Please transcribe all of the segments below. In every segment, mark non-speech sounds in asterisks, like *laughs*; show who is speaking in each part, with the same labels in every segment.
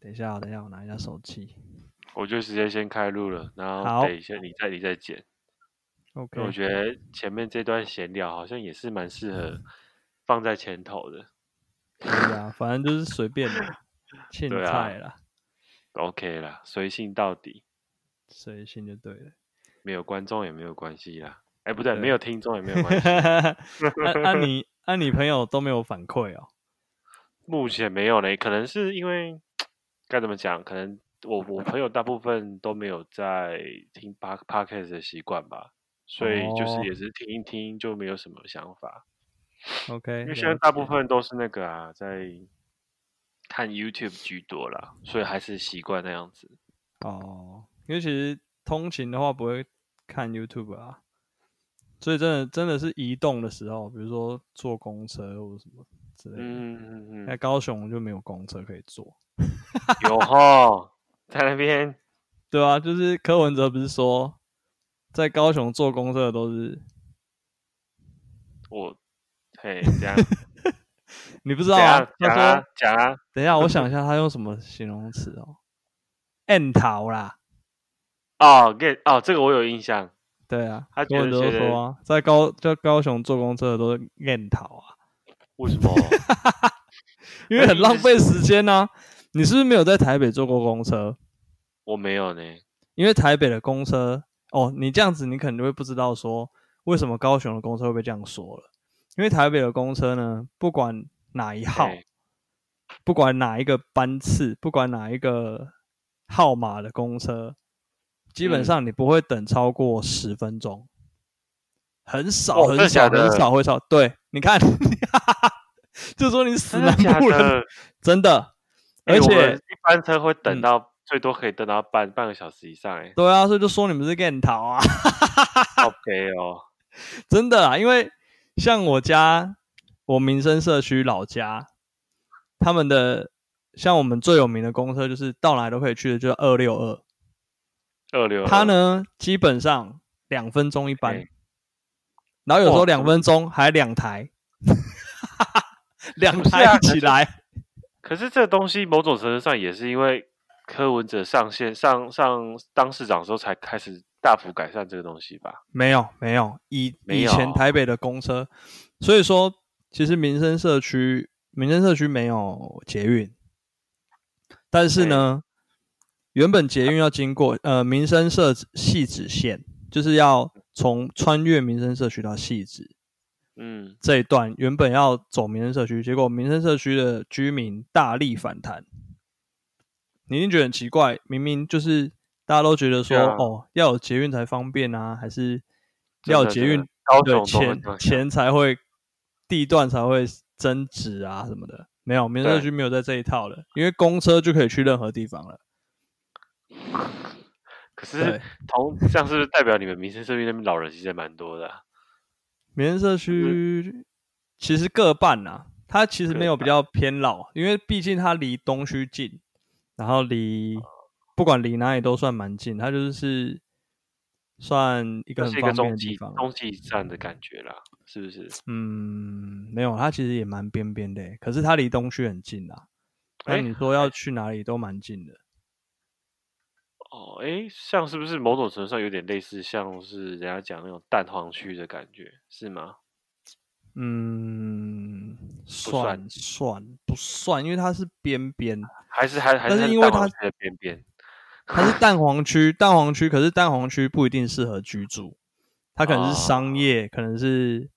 Speaker 1: 等一下，等一下，我拿一下手机。
Speaker 2: 我就直接先开录了，然
Speaker 1: 好
Speaker 2: 后等一下你再你再剪。因
Speaker 1: OK，
Speaker 2: 为我觉得前面这段闲聊好像也是蛮适合放在前头的。
Speaker 1: 可以啊，反正就是随便的，
Speaker 2: *laughs*
Speaker 1: 青
Speaker 2: 对啊
Speaker 1: 菜啦，
Speaker 2: OK 啦，随性到底，
Speaker 1: 随性就对了。
Speaker 2: 没有观众也没有关系啦。哎，不对，
Speaker 1: 对
Speaker 2: 没有听众也没有
Speaker 1: *laughs*
Speaker 2: 关系。
Speaker 1: 啊啊你啊你朋友都没有反馈哦？
Speaker 2: 目前没有嘞，可能是因为该怎么讲？可能我我朋友大部分都没有在听 p o d c a s t 的习惯吧，所以就是
Speaker 1: 哦
Speaker 2: 也是听一听就没有什么想法。
Speaker 1: OK，
Speaker 2: 因为
Speaker 1: 了
Speaker 2: 现在大部
Speaker 1: 解
Speaker 2: 分都是那个啊，在看 YouTube 居多啦，所以还是习惯那样子。
Speaker 1: 哦，因为其实通勤的话不会看 YouTube 啊，所以真的真的是移动的时候，比如说坐公车或什么之类的。
Speaker 2: 嗯嗯
Speaker 1: 在
Speaker 2: 嗯，
Speaker 1: 高雄就没有公车可以坐， *laughs*
Speaker 2: 有哈，在那边
Speaker 1: 对啊，就是柯文哲不是说在高雄坐公车的都是
Speaker 2: 我嘿这样怎
Speaker 1: 你不知道啊
Speaker 2: 样？
Speaker 1: 他
Speaker 2: 讲
Speaker 1: 说
Speaker 2: 啊讲啊，
Speaker 1: 等一下，我想一
Speaker 2: *laughs*
Speaker 1: 下，他用什么形容词哦？暗桃啦，
Speaker 2: 哦 get 哦，这个我有印象。
Speaker 1: 对啊，
Speaker 2: 他
Speaker 1: 柯
Speaker 2: 觉
Speaker 1: 文
Speaker 2: 得
Speaker 1: 哲都
Speaker 2: 觉得
Speaker 1: 说啊，在高在高雄坐公车的都是暗桃啊，
Speaker 2: 为什
Speaker 1: *laughs*
Speaker 2: 么？
Speaker 1: 因为很浪费时间呐、你是不是没有在台北坐过公车？
Speaker 2: 我没有呢。
Speaker 1: 因为台北的公车哦，你这样子你可能就会不知道说为什么高雄的公车会被这样说了。因为台北的公车呢，不管哪一号，
Speaker 2: 嘿
Speaker 1: 不管哪一个班次，不管哪一个号码的公车，基本
Speaker 2: 嗯
Speaker 1: 上你不会等超过十分钟，很少
Speaker 2: 哦真
Speaker 1: 很
Speaker 2: 的
Speaker 1: 少
Speaker 2: 假的
Speaker 1: 很少会超。对，你看， *laughs* 就说你死
Speaker 2: 真的
Speaker 1: 南
Speaker 2: 假
Speaker 1: 部 *laughs* 人，
Speaker 2: 的？
Speaker 1: 真的，
Speaker 2: 哎
Speaker 1: 而
Speaker 2: 我
Speaker 1: 且
Speaker 2: 们一班车会
Speaker 1: 嗯
Speaker 2: 等到最多可以等到半半个小时以
Speaker 1: *laughs*
Speaker 2: 上，哎，
Speaker 1: 对啊，所以就说你们是 g a n 逃啊， *laughs*
Speaker 2: 好悲哦。
Speaker 1: 真的啊，因为像我家，我民生社区老家，他们的像我们最有名的公车就是到哪里都可以去的，就是二六二。
Speaker 2: 二流。
Speaker 1: 他？呢，基本上两分钟一班
Speaker 2: 嗯，
Speaker 1: 然后有时候
Speaker 2: 哇
Speaker 1: 两分钟还两
Speaker 2: *laughs*
Speaker 1: 台，两
Speaker 2: 啊不是啊
Speaker 1: 台一起
Speaker 2: *laughs*
Speaker 1: 来。
Speaker 2: 可是这东西某种程度上也是因为柯文哲上线上上当市长的时候才开始大幅改善这个东西吧？
Speaker 1: 没有没有，以
Speaker 2: 没
Speaker 1: 以
Speaker 2: 有
Speaker 1: 前台北的公车，所以说其实民生社区民生社区没有捷运，但是呢，原本捷运要经过呃民生社细子线，就是要从穿越民生社区到细子，
Speaker 2: 嗯，
Speaker 1: 这一段原本要走民生社区，结果民生社区的居民大力反弹。你一定觉得很奇怪，明明就是大家都觉得说，
Speaker 2: 对啊
Speaker 1: 哦，要有捷运才方便啊，还是
Speaker 2: 真
Speaker 1: 要有
Speaker 2: 的
Speaker 1: 捷
Speaker 2: 真的
Speaker 1: 运
Speaker 2: 高
Speaker 1: 对钱
Speaker 2: 雄都会这样想
Speaker 1: 钱才会地段才会增值啊什么的。没有，民生社
Speaker 2: 对
Speaker 1: 区没有在这一套的，因为公车就可以去任何地方了。
Speaker 2: 可
Speaker 1: 对
Speaker 2: 是，同这样是不是代表你们民生社区那边老人其实也蛮多的啊、
Speaker 1: 民生社
Speaker 2: 嗯
Speaker 1: 区其实各半呐、啊它其实没有比较偏老，因为毕竟它离东区近，然后离
Speaker 2: 哦
Speaker 1: 不管离哪里都算蛮近，它就是算一个
Speaker 2: 就
Speaker 1: 很
Speaker 2: 是一个
Speaker 1: 方便的
Speaker 2: 中
Speaker 1: 地
Speaker 2: 继
Speaker 1: 方。
Speaker 2: 中继站的感觉啦，是不是？
Speaker 1: 嗯，没有，它其实也蛮边边的欸，可是它离东区很近啦。那
Speaker 2: 哎
Speaker 1: 你说要去哪里都蛮近的。
Speaker 2: 哦，诶，像是不是某种程度上有点类似，像是人家讲那种蛋黄区的感觉，是吗？
Speaker 1: 嗯，算
Speaker 2: 算
Speaker 1: 算不算？因为它是边边，
Speaker 2: 还是还还
Speaker 1: 但
Speaker 2: 是
Speaker 1: 是
Speaker 2: 它
Speaker 1: 因为
Speaker 2: 蛋
Speaker 1: 它
Speaker 2: 黄区的边边？
Speaker 1: 它是蛋黄区， *laughs* 蛋黄区可是蛋黄区不一定适合居住，它可能是
Speaker 2: 哦
Speaker 1: 商业，可能是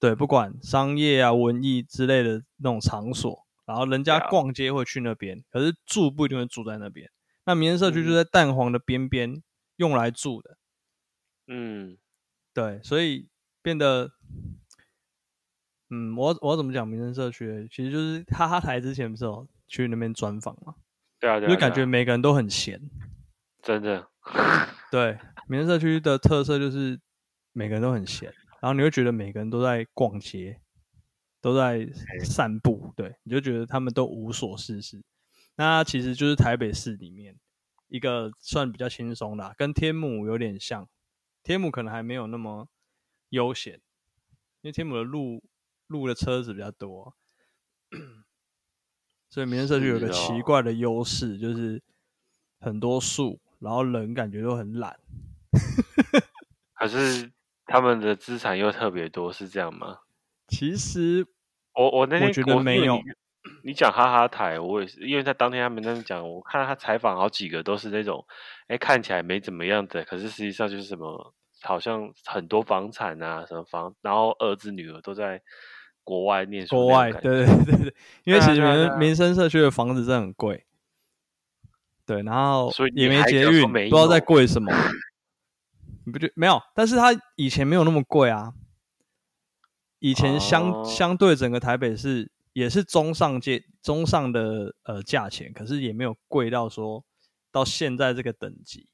Speaker 1: 对，不管商业啊、文艺之类的那种场所，然后人家
Speaker 2: 对啊
Speaker 1: 逛街会去那边，可是住不一定会住在那边。那民生社区就
Speaker 2: 嗯
Speaker 1: 在蛋黄的边边用来住的，
Speaker 2: 嗯，
Speaker 1: 对，所以变得，嗯，我我要怎么讲民生社区？其实就是哈哈台之前不是有去那边专访嘛，
Speaker 2: 对啊，对
Speaker 1: 就
Speaker 2: 啊，
Speaker 1: 是感
Speaker 2: 对
Speaker 1: 觉
Speaker 2: 啊
Speaker 1: 每个人都很闲，
Speaker 2: 真的，
Speaker 1: 对，民生社区的特色就是每个人都很闲，然后你会觉得每个人都在逛街，都在散步，对，你就觉得他们都无所事事。那其实就是台北市里面一个算比较轻松的啊、跟天母有点像。天母可能还没有那么悠闲，因为天母的路路的车子比较多，所以民生社区有个
Speaker 2: 是哦
Speaker 1: 奇怪的优势，就是很多树，然后人感觉都很懒。
Speaker 2: 还是他们的资产又特别多，是这样吗？
Speaker 1: 其实
Speaker 2: 我我那天
Speaker 1: 我觉得
Speaker 2: 因为
Speaker 1: 没有
Speaker 2: 你你讲哈哈台，我也是，因为在当天他们那边讲，我看他采访好几个都是那种，哎，看起来没怎么样的，可是实际上就是什么，好像很多房产啊，什么房，然后儿子女儿都在国外念书
Speaker 1: 国
Speaker 2: 那
Speaker 1: 外，
Speaker 2: 种感觉，
Speaker 1: 对对对对，因为
Speaker 2: 对啊
Speaker 1: 其实
Speaker 2: 对啊对
Speaker 1: 民
Speaker 2: 啊
Speaker 1: 民生社区的房子真的很贵，对，然后
Speaker 2: 所以
Speaker 1: 也
Speaker 2: 你还
Speaker 1: 捷
Speaker 2: 讲说
Speaker 1: 运，不
Speaker 2: 没
Speaker 1: 知道在
Speaker 2: 有
Speaker 1: 贵什么，你不觉没有？但是它以前没有那么贵啊，以前相、
Speaker 2: 哦
Speaker 1: 相对整个台北市也是中上界中上的呃价钱，可是也没有贵到说到现在这个等级，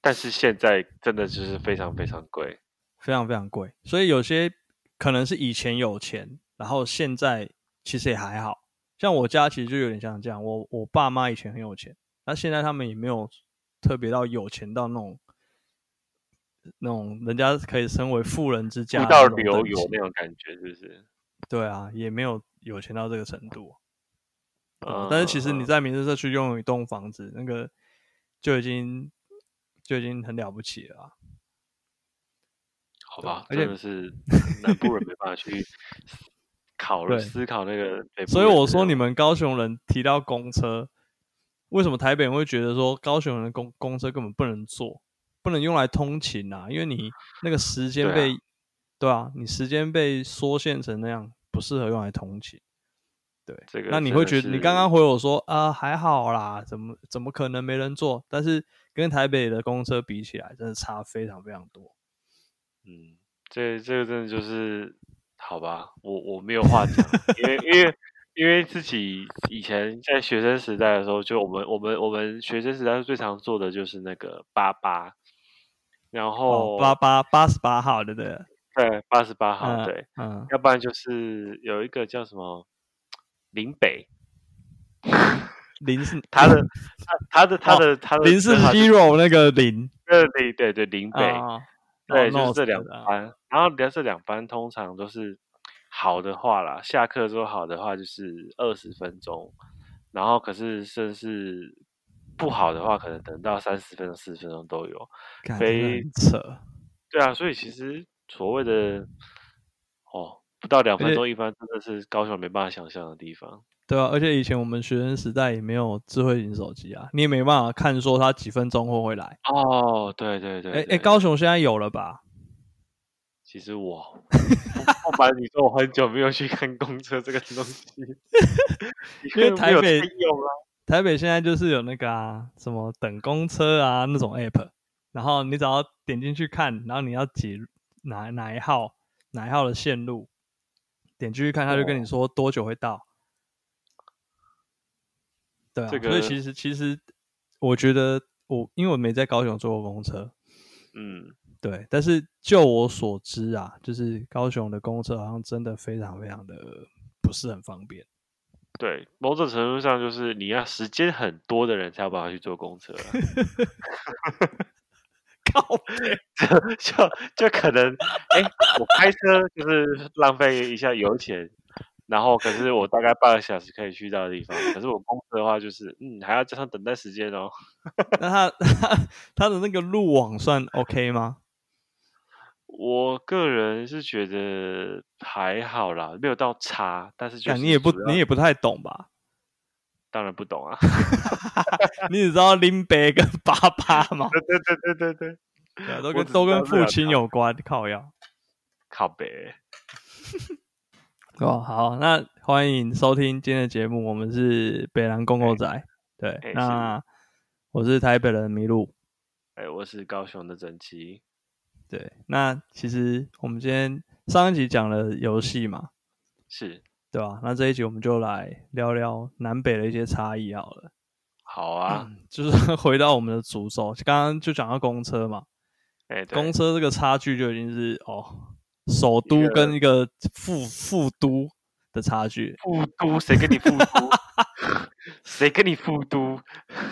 Speaker 2: 但是现在真的就是非常非常贵，
Speaker 1: 非常非常贵，所以有些可能是以前有钱，然后现在其实也还好。像我家其实就有点像这样，我我爸妈以前很有钱，那现在他们也没有特别到有钱到那种那种人家可以称为富人之家
Speaker 2: 富
Speaker 1: 的
Speaker 2: 到
Speaker 1: 那种
Speaker 2: 流
Speaker 1: 等级
Speaker 2: 油那种感觉，是不是？
Speaker 1: 对啊，也没有有钱到这个程度。
Speaker 2: 嗯
Speaker 1: 但是其实你
Speaker 2: 嗯
Speaker 1: 在民生社区拥有一栋房子，那个就已经就已经很了不起了啊、
Speaker 2: 好吧，
Speaker 1: 对而且
Speaker 2: 真的是南部人没办
Speaker 1: *laughs*
Speaker 2: 法去考虑
Speaker 1: 对
Speaker 2: 思考那个北部人的那种。
Speaker 1: 所以我说，你们高雄人提到公车，为什么台北人会觉得说高雄人的公公车根本不能坐，不能用来通勤啊？因为你那个时间
Speaker 2: 对啊
Speaker 1: 被，对啊，你时间被缩限成那样，不适合用来通勤。对，
Speaker 2: 这个
Speaker 1: 那你
Speaker 2: 真
Speaker 1: 会
Speaker 2: 的
Speaker 1: 觉得你
Speaker 2: 是
Speaker 1: 刚刚回我说啊、还好啦，怎么怎么可能没人坐？但是跟台北的公车比起来，真的差非常非常多。
Speaker 2: 嗯，这这个真的就是好吧，我我没有话讲，因为因为因为自己以前在学生时代的时候，就我们我们我们学生时代最常做的就是那个八八，然后
Speaker 1: 哦，八八八十八号，对不对？
Speaker 2: 对八十八号、
Speaker 1: 嗯
Speaker 2: 对，
Speaker 1: 嗯，
Speaker 2: 要不然就是有一个叫什么林北，
Speaker 1: 零是 *laughs*
Speaker 2: 他的他他的他
Speaker 1: 哦
Speaker 2: 的他的
Speaker 1: 零是
Speaker 2: 他的
Speaker 1: zero 那个零。
Speaker 2: 对对对对林北，
Speaker 1: 啊
Speaker 2: 对，
Speaker 1: 哦
Speaker 2: 就是这
Speaker 1: North
Speaker 2: 两
Speaker 1: 的啊
Speaker 2: 班。然后聊这两班通常都是好的话啦，下课之后好的话就是二十分钟，然后可是甚至不好的话，可能等到三十分钟、四十分钟都有。
Speaker 1: 干
Speaker 2: 非
Speaker 1: 真的很扯，
Speaker 2: 对啊，所以其实所谓的哦，不到两
Speaker 1: 而
Speaker 2: 分
Speaker 1: 且
Speaker 2: 钟一班，真的是高雄没办法想象的地方。
Speaker 1: 对啊，而且以前我们学生时代也没有智慧型手机啊，你也没办法看说它几分钟后会来。
Speaker 2: 哦，对对对，
Speaker 1: 哎
Speaker 2: 对
Speaker 1: 哎，高，雄现在有了吧？
Speaker 2: 其实我不不瞒你说，我很久没有去看公车这个东
Speaker 1: *laughs*
Speaker 2: 西，
Speaker 1: 因为
Speaker 2: *laughs* 没
Speaker 1: 台
Speaker 2: 有
Speaker 1: 北
Speaker 2: 在用啊
Speaker 1: 台北现在就是有那个啊，什么等公车啊那
Speaker 2: *laughs*
Speaker 1: 种 app，然后你只要点进去看，然后你要几哪哪一号哪一号的线路，点进去看，他就跟你说多久会到。对啊，
Speaker 2: 这
Speaker 1: 所
Speaker 2: 个
Speaker 1: 以其实其实我觉得我因为我没在高雄坐过公车，
Speaker 2: 嗯。
Speaker 1: 对，但是就我所知啊，就是高雄的公车好像真的非常非常的不是很方便。
Speaker 2: 对，某种程度上就是你要时间很多的人才有办法去坐公车啊、
Speaker 1: *laughs* 靠，
Speaker 2: *laughs* 就就可能，哎、我开车就是浪费一下油钱，然后可是我大概半个小时可以去到的地方，可是我公车的话就是，嗯，还要加上等待时间哦。
Speaker 1: 那他他他的那个路网算 OK 吗？
Speaker 2: 我个人是觉得还好啦，没有到差，但是 *laughs* 就
Speaker 1: 但
Speaker 2: 是
Speaker 1: 啊你也不
Speaker 2: 主要
Speaker 1: 你也不太懂吧？
Speaker 2: *laughs* 当然不
Speaker 1: *laughs*
Speaker 2: 懂啊。 *laughs*
Speaker 1: 你只知道林北跟爸爸嘛，
Speaker 2: *laughs* 对对对对对对，
Speaker 1: 对啊都
Speaker 2: 我
Speaker 1: 跟
Speaker 2: 只
Speaker 1: 都
Speaker 2: 知道
Speaker 1: 跟
Speaker 2: 这
Speaker 1: 父
Speaker 2: 两
Speaker 1: 亲
Speaker 2: 条
Speaker 1: 有关，靠要。
Speaker 2: 靠北，
Speaker 1: 哦，好，那欢迎收听今天的节目，我们是北南公狗仔，对，
Speaker 2: 哎是
Speaker 1: 那我是台北人麋鹿，
Speaker 2: 哎、我是高雄的整齐，
Speaker 1: 对，那其实我们今天上一集讲了游戏嘛，
Speaker 2: 是
Speaker 1: 对吧、那这一集我们就来聊聊南北的一些差异好了。
Speaker 2: 好啊，
Speaker 1: 就是回到我们的主轴，刚刚就讲到公车嘛，
Speaker 2: 哎、对
Speaker 1: 公车这个差距就已经是哦，首都跟一个副副都的差距，
Speaker 2: 复都，谁跟你复都？ *laughs* 谁跟你复都？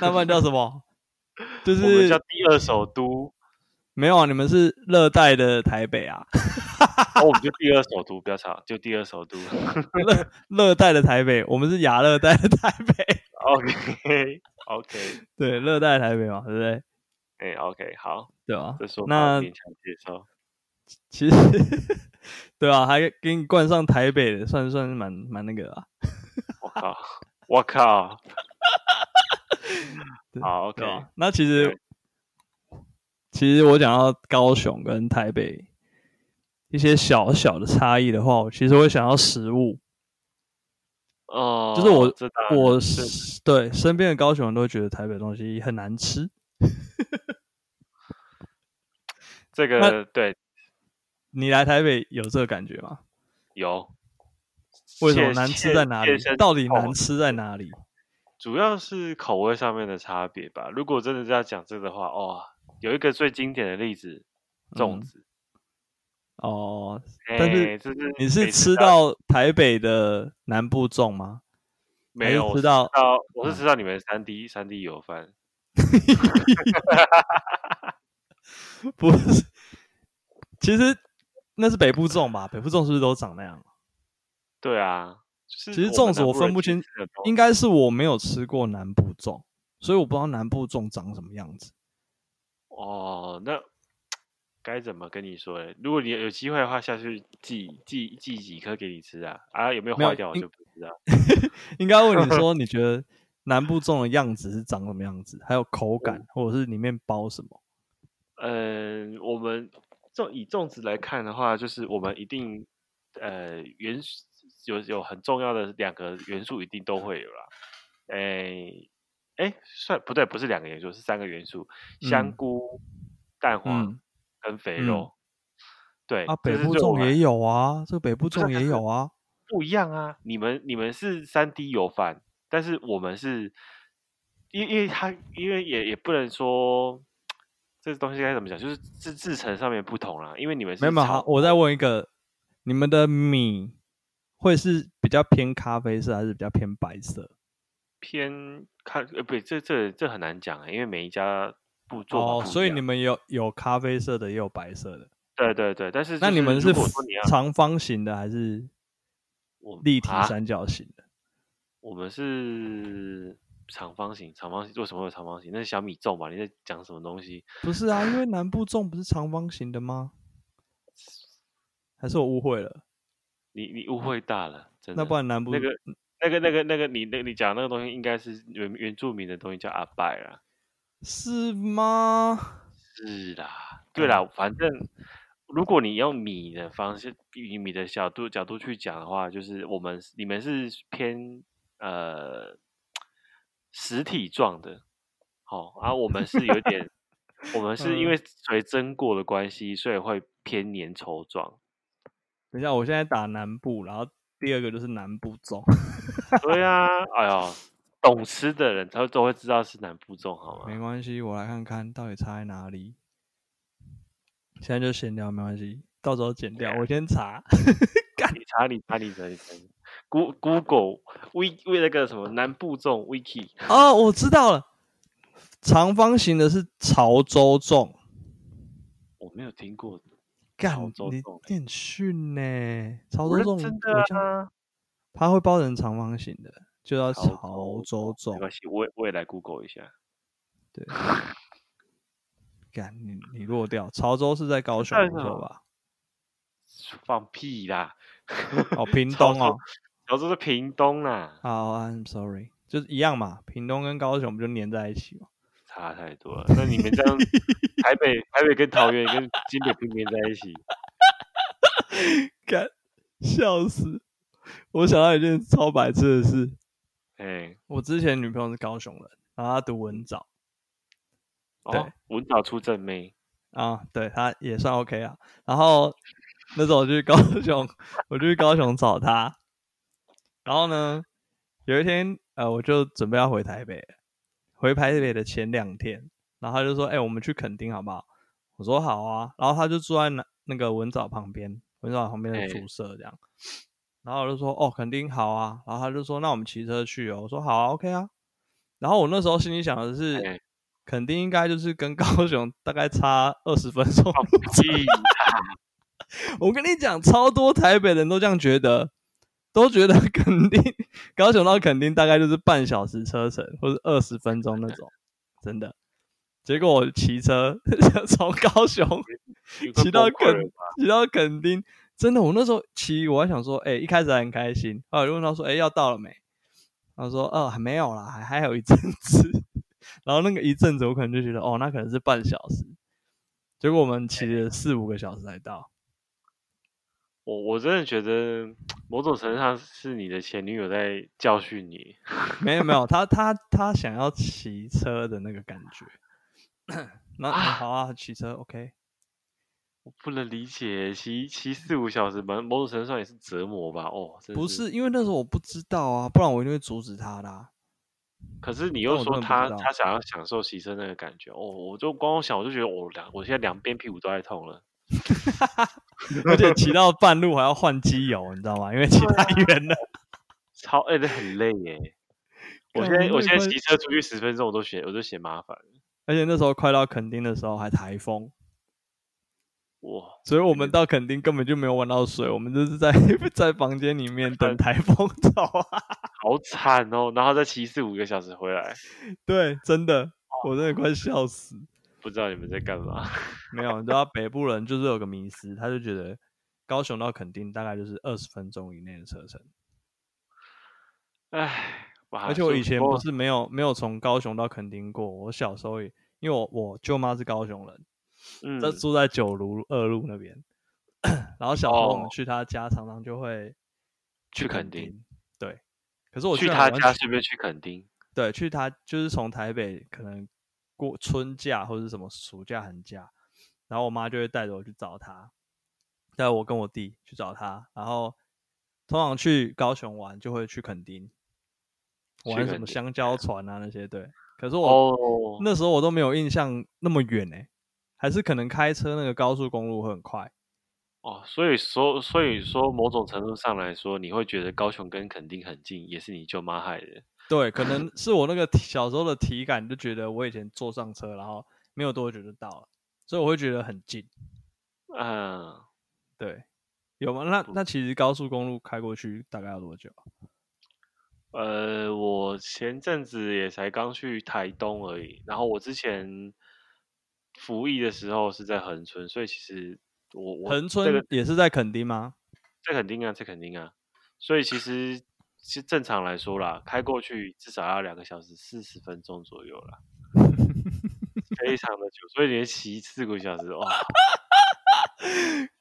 Speaker 1: 那不然叫什么？就
Speaker 2: 我们
Speaker 1: 是
Speaker 2: 叫第二首都。
Speaker 1: 没有啊，你们是热带的台北啊， *laughs*
Speaker 2: 然哦后我们就第二首都，不要吵，就第二首都。
Speaker 1: 热热带的台北，我们是亚热带的台北， *laughs*
Speaker 2: OK *laughs* OK，
Speaker 1: 对，热带的台北嘛，对不对？
Speaker 2: 哎、o k 好，
Speaker 1: 对吧？
Speaker 2: 这是我
Speaker 1: 那
Speaker 2: 们勉强接受。
Speaker 1: 其实， *laughs* 对啊，还给你冠上台北的，算算是蛮蛮那个的啊。
Speaker 2: 我靠，我靠
Speaker 1: *laughs* 对，
Speaker 2: 好 OK，
Speaker 1: 对啊，那其实其实我讲到高雄跟台北一些小小的差异的话，我其实会想到食物，
Speaker 2: 哦，
Speaker 1: 就是我
Speaker 2: 知道
Speaker 1: 我
Speaker 2: 是
Speaker 1: 是对身边的高雄人都会觉得台北的东西很难吃。
Speaker 2: 这个对
Speaker 1: 你来台北有这个感觉吗？
Speaker 2: 有，
Speaker 1: 为什么
Speaker 2: 切
Speaker 1: 难吃在哪里
Speaker 2: 切身？
Speaker 1: 到底
Speaker 2: 口
Speaker 1: 难吃在哪里？
Speaker 2: 主要是口味上面的差别吧。如果真的是要讲这个的话，哦，有一个最经典的例子，粽
Speaker 1: 嗯
Speaker 2: 子。
Speaker 1: 哦，但是
Speaker 2: 哎这是
Speaker 1: 你
Speaker 2: 每
Speaker 1: 是
Speaker 2: 次
Speaker 1: 吃
Speaker 2: 到
Speaker 1: 到台北的南部粽吗？还
Speaker 2: 没
Speaker 1: 是
Speaker 2: 有？我
Speaker 1: 吃
Speaker 2: 是
Speaker 1: 到嗯
Speaker 2: 到我是吃到你们三 D 三 D 油饭，
Speaker 1: 不是，其实那是北部粽吧？北部粽是不是都长那样？
Speaker 2: 对啊，就是
Speaker 1: 其实
Speaker 2: 我
Speaker 1: 粽
Speaker 2: 们
Speaker 1: 子
Speaker 2: 南
Speaker 1: 我
Speaker 2: 部
Speaker 1: 分
Speaker 2: 人
Speaker 1: 不
Speaker 2: 其实
Speaker 1: 清
Speaker 2: 吃得多
Speaker 1: 应该是我没有吃过南部粽，所以我不知道南部粽长什么样子。
Speaker 2: 哦，那该怎么跟你说嘞？如果你有机会的话，下去寄寄寄几颗给你吃啊啊，有没有
Speaker 1: 没有
Speaker 2: 坏掉我
Speaker 1: 应
Speaker 2: 就不知道。
Speaker 1: 应该问你 *laughs* 说，你觉得南部粽的样子是长什么样子？还有口感，或者是里面包什么？
Speaker 2: 嗯，我们粽以粽子来看的话，就是我们一定呃元素有有很重要的两个元素一定都会有啦。诶诶，算不对，不是两个元素，是三个元素：香
Speaker 1: 嗯
Speaker 2: 菇、蛋黄
Speaker 1: 嗯，
Speaker 2: 跟肥
Speaker 1: 嗯
Speaker 2: 肉。对
Speaker 1: 啊，
Speaker 2: 这
Speaker 1: 北
Speaker 2: 是
Speaker 1: 部
Speaker 2: 对我
Speaker 1: 粽
Speaker 2: 来
Speaker 1: 也有啊，这个北部
Speaker 2: 是
Speaker 1: 粽
Speaker 2: 但
Speaker 1: 也有啊。
Speaker 2: 不一样啊！你们你们是三 D 油饭，但是我们是，因因为它因为也也不能说这东西该怎么讲，就是制制成上面不同啦。因为你 *laughs* 们是
Speaker 1: 没有没有，
Speaker 2: 炒
Speaker 1: 好，我再问一个，你们的米会是比较偏咖啡色，还是比较偏白色？
Speaker 2: 偏看呃不对，这这这很难讲啊、因为每一家不做法
Speaker 1: 哦，
Speaker 2: 不
Speaker 1: 所
Speaker 2: 一
Speaker 1: 以
Speaker 2: 样
Speaker 1: 你们有有咖啡色的，也有白色的。
Speaker 2: 对对对，但是
Speaker 1: 那
Speaker 2: 就
Speaker 1: 你们
Speaker 2: 如
Speaker 1: 是
Speaker 2: 果说你要
Speaker 1: 长方形的还是
Speaker 2: 我
Speaker 1: 立体
Speaker 2: 啊
Speaker 1: 三角形的？
Speaker 2: 我们是长方形，长方形为什么会有长方形？那是小米粽吧？你在讲什么东西？
Speaker 1: 不是啊，因为南部粽不是长方形的吗？还是我误会了？
Speaker 2: 你你误会大了，真
Speaker 1: 嗯
Speaker 2: 的。
Speaker 1: 那不然南部
Speaker 2: 那个、那个、那个、那个，你、那、你讲那个东西应该是原原住民的东西，叫阿拜啦。
Speaker 1: 是吗？
Speaker 2: 是啦，对啦，反正如果你用米的方式，以米的角度角度去讲的话，就是我们你们是偏呃实体状的，好、而、我们是有点，我们是因
Speaker 1: 嗯
Speaker 2: 为水蒸过的关系，所以会偏粘稠状。
Speaker 1: 等一下，我现在打南部，然后第二个就是南部粽。
Speaker 2: 对啊，哎呦，懂吃的人他都会知道是南部粽，好吗
Speaker 1: 没？关系，我来看看到底差在哪里。现在就闲聊，没关系，到时候剪掉。
Speaker 2: 啊
Speaker 1: 我先查，
Speaker 2: 你查你查你查你查你，Go Google We We 那个什么南部粽 Wiki
Speaker 1: 哦，我知道了，长方形的是潮州粽。
Speaker 2: 我没有听过，
Speaker 1: 干
Speaker 2: 潮州
Speaker 1: 你
Speaker 2: 粽
Speaker 1: 你很逊呢，潮
Speaker 2: 我
Speaker 1: 州
Speaker 2: 是
Speaker 1: 粽
Speaker 2: 真
Speaker 1: 我
Speaker 2: 的
Speaker 1: 像
Speaker 2: 啊，
Speaker 1: 它会包成长方形的，就叫
Speaker 2: 潮
Speaker 1: 潮州
Speaker 2: 没
Speaker 1: 粽
Speaker 2: 关。系，我也我也来 Google 一下。
Speaker 1: 干你你落掉，潮州是在高雄
Speaker 2: 在
Speaker 1: 没
Speaker 2: 哪
Speaker 1: 错吧？
Speaker 2: 放屁啦！ *laughs*
Speaker 1: 哦，屏
Speaker 2: 潮
Speaker 1: 东
Speaker 2: 州
Speaker 1: 哦，
Speaker 2: 潮州是屏东啦，
Speaker 1: 好，I'm sorry，就是一样嘛，屏东跟高雄不就粘在一起嘛？
Speaker 2: 差太多了。那你们这样，台北台北跟桃园跟新北拼连在一起，
Speaker 1: 干，笑死！我想到一件超白痴的事，
Speaker 2: 哎，
Speaker 1: 我之前女朋友是高雄人，然后她读文藻
Speaker 2: 哦
Speaker 1: 对，
Speaker 2: 文藻出正妹，
Speaker 1: 啊，对她也算 OK 啊。然后那时候我去高雄， *laughs* 我去高雄找她，然后呢，有一天呃，我就准备要回台北，回台北的前两天，然后她就说：“哎、我们去垦丁好不好？”我说：“好啊。”然后她就住在那那个文藻旁边，文藻旁边的
Speaker 2: 哎
Speaker 1: 宿舍这样。然后我就说：“哦，垦丁好啊。”然后她就说：“那我们骑车去哦。”我说：“好啊，OK 啊。”然后我那时候心里想的是。
Speaker 2: 哎，
Speaker 1: *laughs* 肯定应该就是跟高雄大概差二十分钟。
Speaker 2: 放屁啦！
Speaker 1: 我跟你讲，超多台北人都这样觉得，都觉得 *laughs* 垦丁高雄到垦丁大概就是半小时车程，或者二十分钟那种，真的。结果我骑车 *laughs* 从高雄
Speaker 2: 你快
Speaker 1: 骑到
Speaker 2: 崩溃了
Speaker 1: 垦 *laughs*
Speaker 2: 吧
Speaker 1: 骑到垦丁，真的，我那时候骑，我还想说，哎、一开始还很开心，后来就问他说，哎、要到了没？他说，哦，还没有啦，还还有一阵子。 *laughs* 然后那个一阵子，我可能就觉得，哦，那可能是半小时。结果我们骑了四五个小时才到。
Speaker 2: 我我真的觉得某种程度上是你的前女友在教训你。
Speaker 1: 没有没有，他他他想要骑车的那个感觉。那、
Speaker 2: 啊
Speaker 1: 好啊，骑车 OK。
Speaker 2: 我不能理解，骑骑四五小时，某某种程度上也是折磨吧？哦，真
Speaker 1: 不
Speaker 2: 是，
Speaker 1: 是因为那时候我不知道啊，不然我一定会阻止他的、啊。
Speaker 2: 可是
Speaker 1: 但
Speaker 2: 你又
Speaker 1: 我
Speaker 2: 说
Speaker 1: 真的不
Speaker 2: 他
Speaker 1: 知道
Speaker 2: 他想要享受骑车那个感觉，哦，我就光想我就觉得我两我现在两边屁股都在痛了，
Speaker 1: 而且骑到半路还要换机油，你知道吗？因为骑
Speaker 2: 啊
Speaker 1: 太远了。
Speaker 2: 超哎、那很累
Speaker 1: *laughs*
Speaker 2: 耶。我
Speaker 1: 干
Speaker 2: 现在
Speaker 1: 我
Speaker 2: 我
Speaker 1: 那
Speaker 2: 现在
Speaker 1: 块
Speaker 2: 骑车出去十分钟，我都嫌我都嫌麻烦。
Speaker 1: 而且那时候快到垦丁的时候还台风，
Speaker 2: 哇，
Speaker 1: 所以我们到垦丁根本就没有玩到水，我们就是在 *laughs* 在房间里面等台风走啊。 *laughs*
Speaker 2: 好惨哦！然后再骑四五个小时回来，
Speaker 1: 对，真的，我真的快笑死。
Speaker 2: 不知道你们在干嘛。
Speaker 1: 没有，你知道北部人就是有个迷思，他就觉得高雄到垦丁大概就是二十分钟以内的车程，
Speaker 2: 唉，哇
Speaker 1: 而且我
Speaker 2: 所
Speaker 1: 以前
Speaker 2: 啊不
Speaker 1: 不
Speaker 2: 过
Speaker 1: 是没有没有从高雄到垦丁过，我小时候也因为我我舅妈是高雄人，
Speaker 2: 嗯
Speaker 1: 在住在九如二路那边， *coughs* 然后小时候我
Speaker 2: 哦
Speaker 1: 们去他家常常就会
Speaker 2: 去垦丁
Speaker 1: 丁，对，可是我
Speaker 2: 去
Speaker 1: 居然
Speaker 2: 他
Speaker 1: 完
Speaker 2: 家
Speaker 1: 全
Speaker 2: 顺便去垦丁，
Speaker 1: 对，去他就是从台北可能过春假或者是什么暑假寒假，然后我妈就会带着我去找他，带我跟我弟去找他，然后通常去高雄玩就会去垦丁，
Speaker 2: 去
Speaker 1: 玩什
Speaker 2: 垦
Speaker 1: 么
Speaker 2: 丁
Speaker 1: 香蕉船啊那些，对。可是我、
Speaker 2: 哦，
Speaker 1: 那时候我都没有印象那么远呢、欸还是可能开车那个高速公路会很快。
Speaker 2: 哦，所以说，所以说，某种程度上来说，你会觉得高雄跟垦丁很近，也是你舅妈害的。
Speaker 1: 对，可能是我那个体小时候的体感就觉得我以前坐上车，然后没有多久就到了，所以我会觉得很近。
Speaker 2: 嗯，
Speaker 1: 对，有吗？那那其实高速公路开过去大概要多久啊？
Speaker 2: 呃，我前阵子也才刚去台东而已，然后我之前服役的时候是在恒春，所以其实我我
Speaker 1: 恒
Speaker 2: 这
Speaker 1: 春
Speaker 2: 个
Speaker 1: 也是在垦丁吗？
Speaker 2: 这肯定啊，这肯定啊，所以其实其实正常来说啦，开过去至少要两个小时四十分钟左右
Speaker 1: *laughs*
Speaker 2: 啦，非常的久，所以连骑四个小时哇。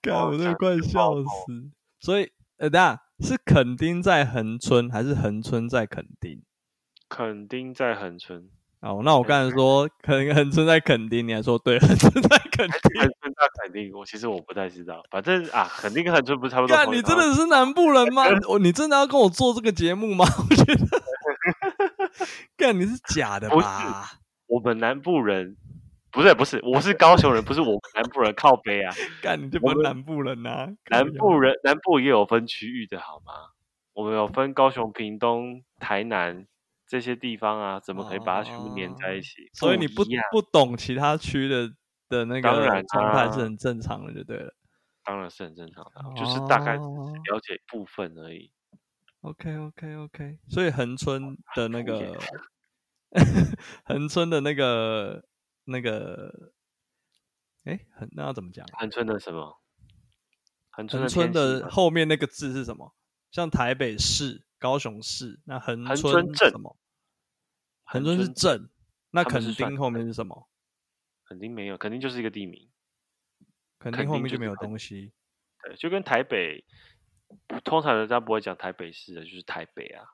Speaker 1: 干，
Speaker 2: 哦
Speaker 1: 我真的
Speaker 2: 想
Speaker 1: 快
Speaker 2: 吃
Speaker 1: 笑
Speaker 2: 爆
Speaker 1: 死！ *laughs* 所以，呃，等一下是垦丁在恒春，还是恒春在垦丁？
Speaker 2: 垦丁在恒春，
Speaker 1: 哦，那我刚才说垦恒春在垦丁，你还说对，恒春在垦
Speaker 2: 还是
Speaker 1: 丁。
Speaker 2: 恒春到垦丁，我其实我不太知道，反正啊，垦丁跟恒春不是差不多
Speaker 1: 干，
Speaker 2: 同一
Speaker 1: 你
Speaker 2: 个地
Speaker 1: 真
Speaker 2: 方
Speaker 1: 的
Speaker 2: 吗。
Speaker 1: 是南部人
Speaker 2: *laughs*
Speaker 1: 吗？我你真的要跟我做这个节目吗？ *laughs* 我觉得，干你是假的
Speaker 2: 不是
Speaker 1: 吧？
Speaker 2: 我们南部人，不是不是，我是高雄人，不是我们南部人靠北
Speaker 1: *laughs*
Speaker 2: 啊，
Speaker 1: 干你就
Speaker 2: 我
Speaker 1: 不
Speaker 2: 们
Speaker 1: 南部人呐、啊！
Speaker 2: 南
Speaker 1: 靠腰
Speaker 2: 部人南部也有分区域的好吗？我们有分高雄、屏东、台南这些地方啊，怎么可以把它全部连在一起？
Speaker 1: 哦所以你不
Speaker 2: 一样，
Speaker 1: 不懂其他区的的那
Speaker 2: 当
Speaker 1: 个
Speaker 2: 然
Speaker 1: 状态
Speaker 2: 啊
Speaker 1: 是很正常的，就对了。
Speaker 2: 当然是很正常的，啊就是大概只
Speaker 1: 哦
Speaker 2: 是了解部分而已。
Speaker 1: OK OK OK，所以恒春
Speaker 2: 哦
Speaker 1: 的那
Speaker 2: 敷
Speaker 1: 个
Speaker 2: 衍
Speaker 1: 恒春的那个那个，哎，恒那要怎么讲啊？
Speaker 2: 恒春的什么？恒春
Speaker 1: 恒
Speaker 2: 的
Speaker 1: 春
Speaker 2: 天气
Speaker 1: 的
Speaker 2: 吗
Speaker 1: 后面那个字是什么？像台北市、高雄市，那恒
Speaker 2: 恒
Speaker 1: 春
Speaker 2: 春镇
Speaker 1: 什么？恒
Speaker 2: 恒
Speaker 1: 春是
Speaker 2: 春
Speaker 1: 镇，那
Speaker 2: 他
Speaker 1: 垦
Speaker 2: 们是算
Speaker 1: 丁后面是什么？
Speaker 2: 肯定没有，肯定就是一个地名。
Speaker 1: 垦
Speaker 2: 垦
Speaker 1: 丁后
Speaker 2: 丁
Speaker 1: 面
Speaker 2: 就
Speaker 1: 就没
Speaker 2: 是
Speaker 1: 有
Speaker 2: 垦
Speaker 1: 东西。
Speaker 2: 对，就跟台北，通常人家不会讲台北市的，就是台北啊。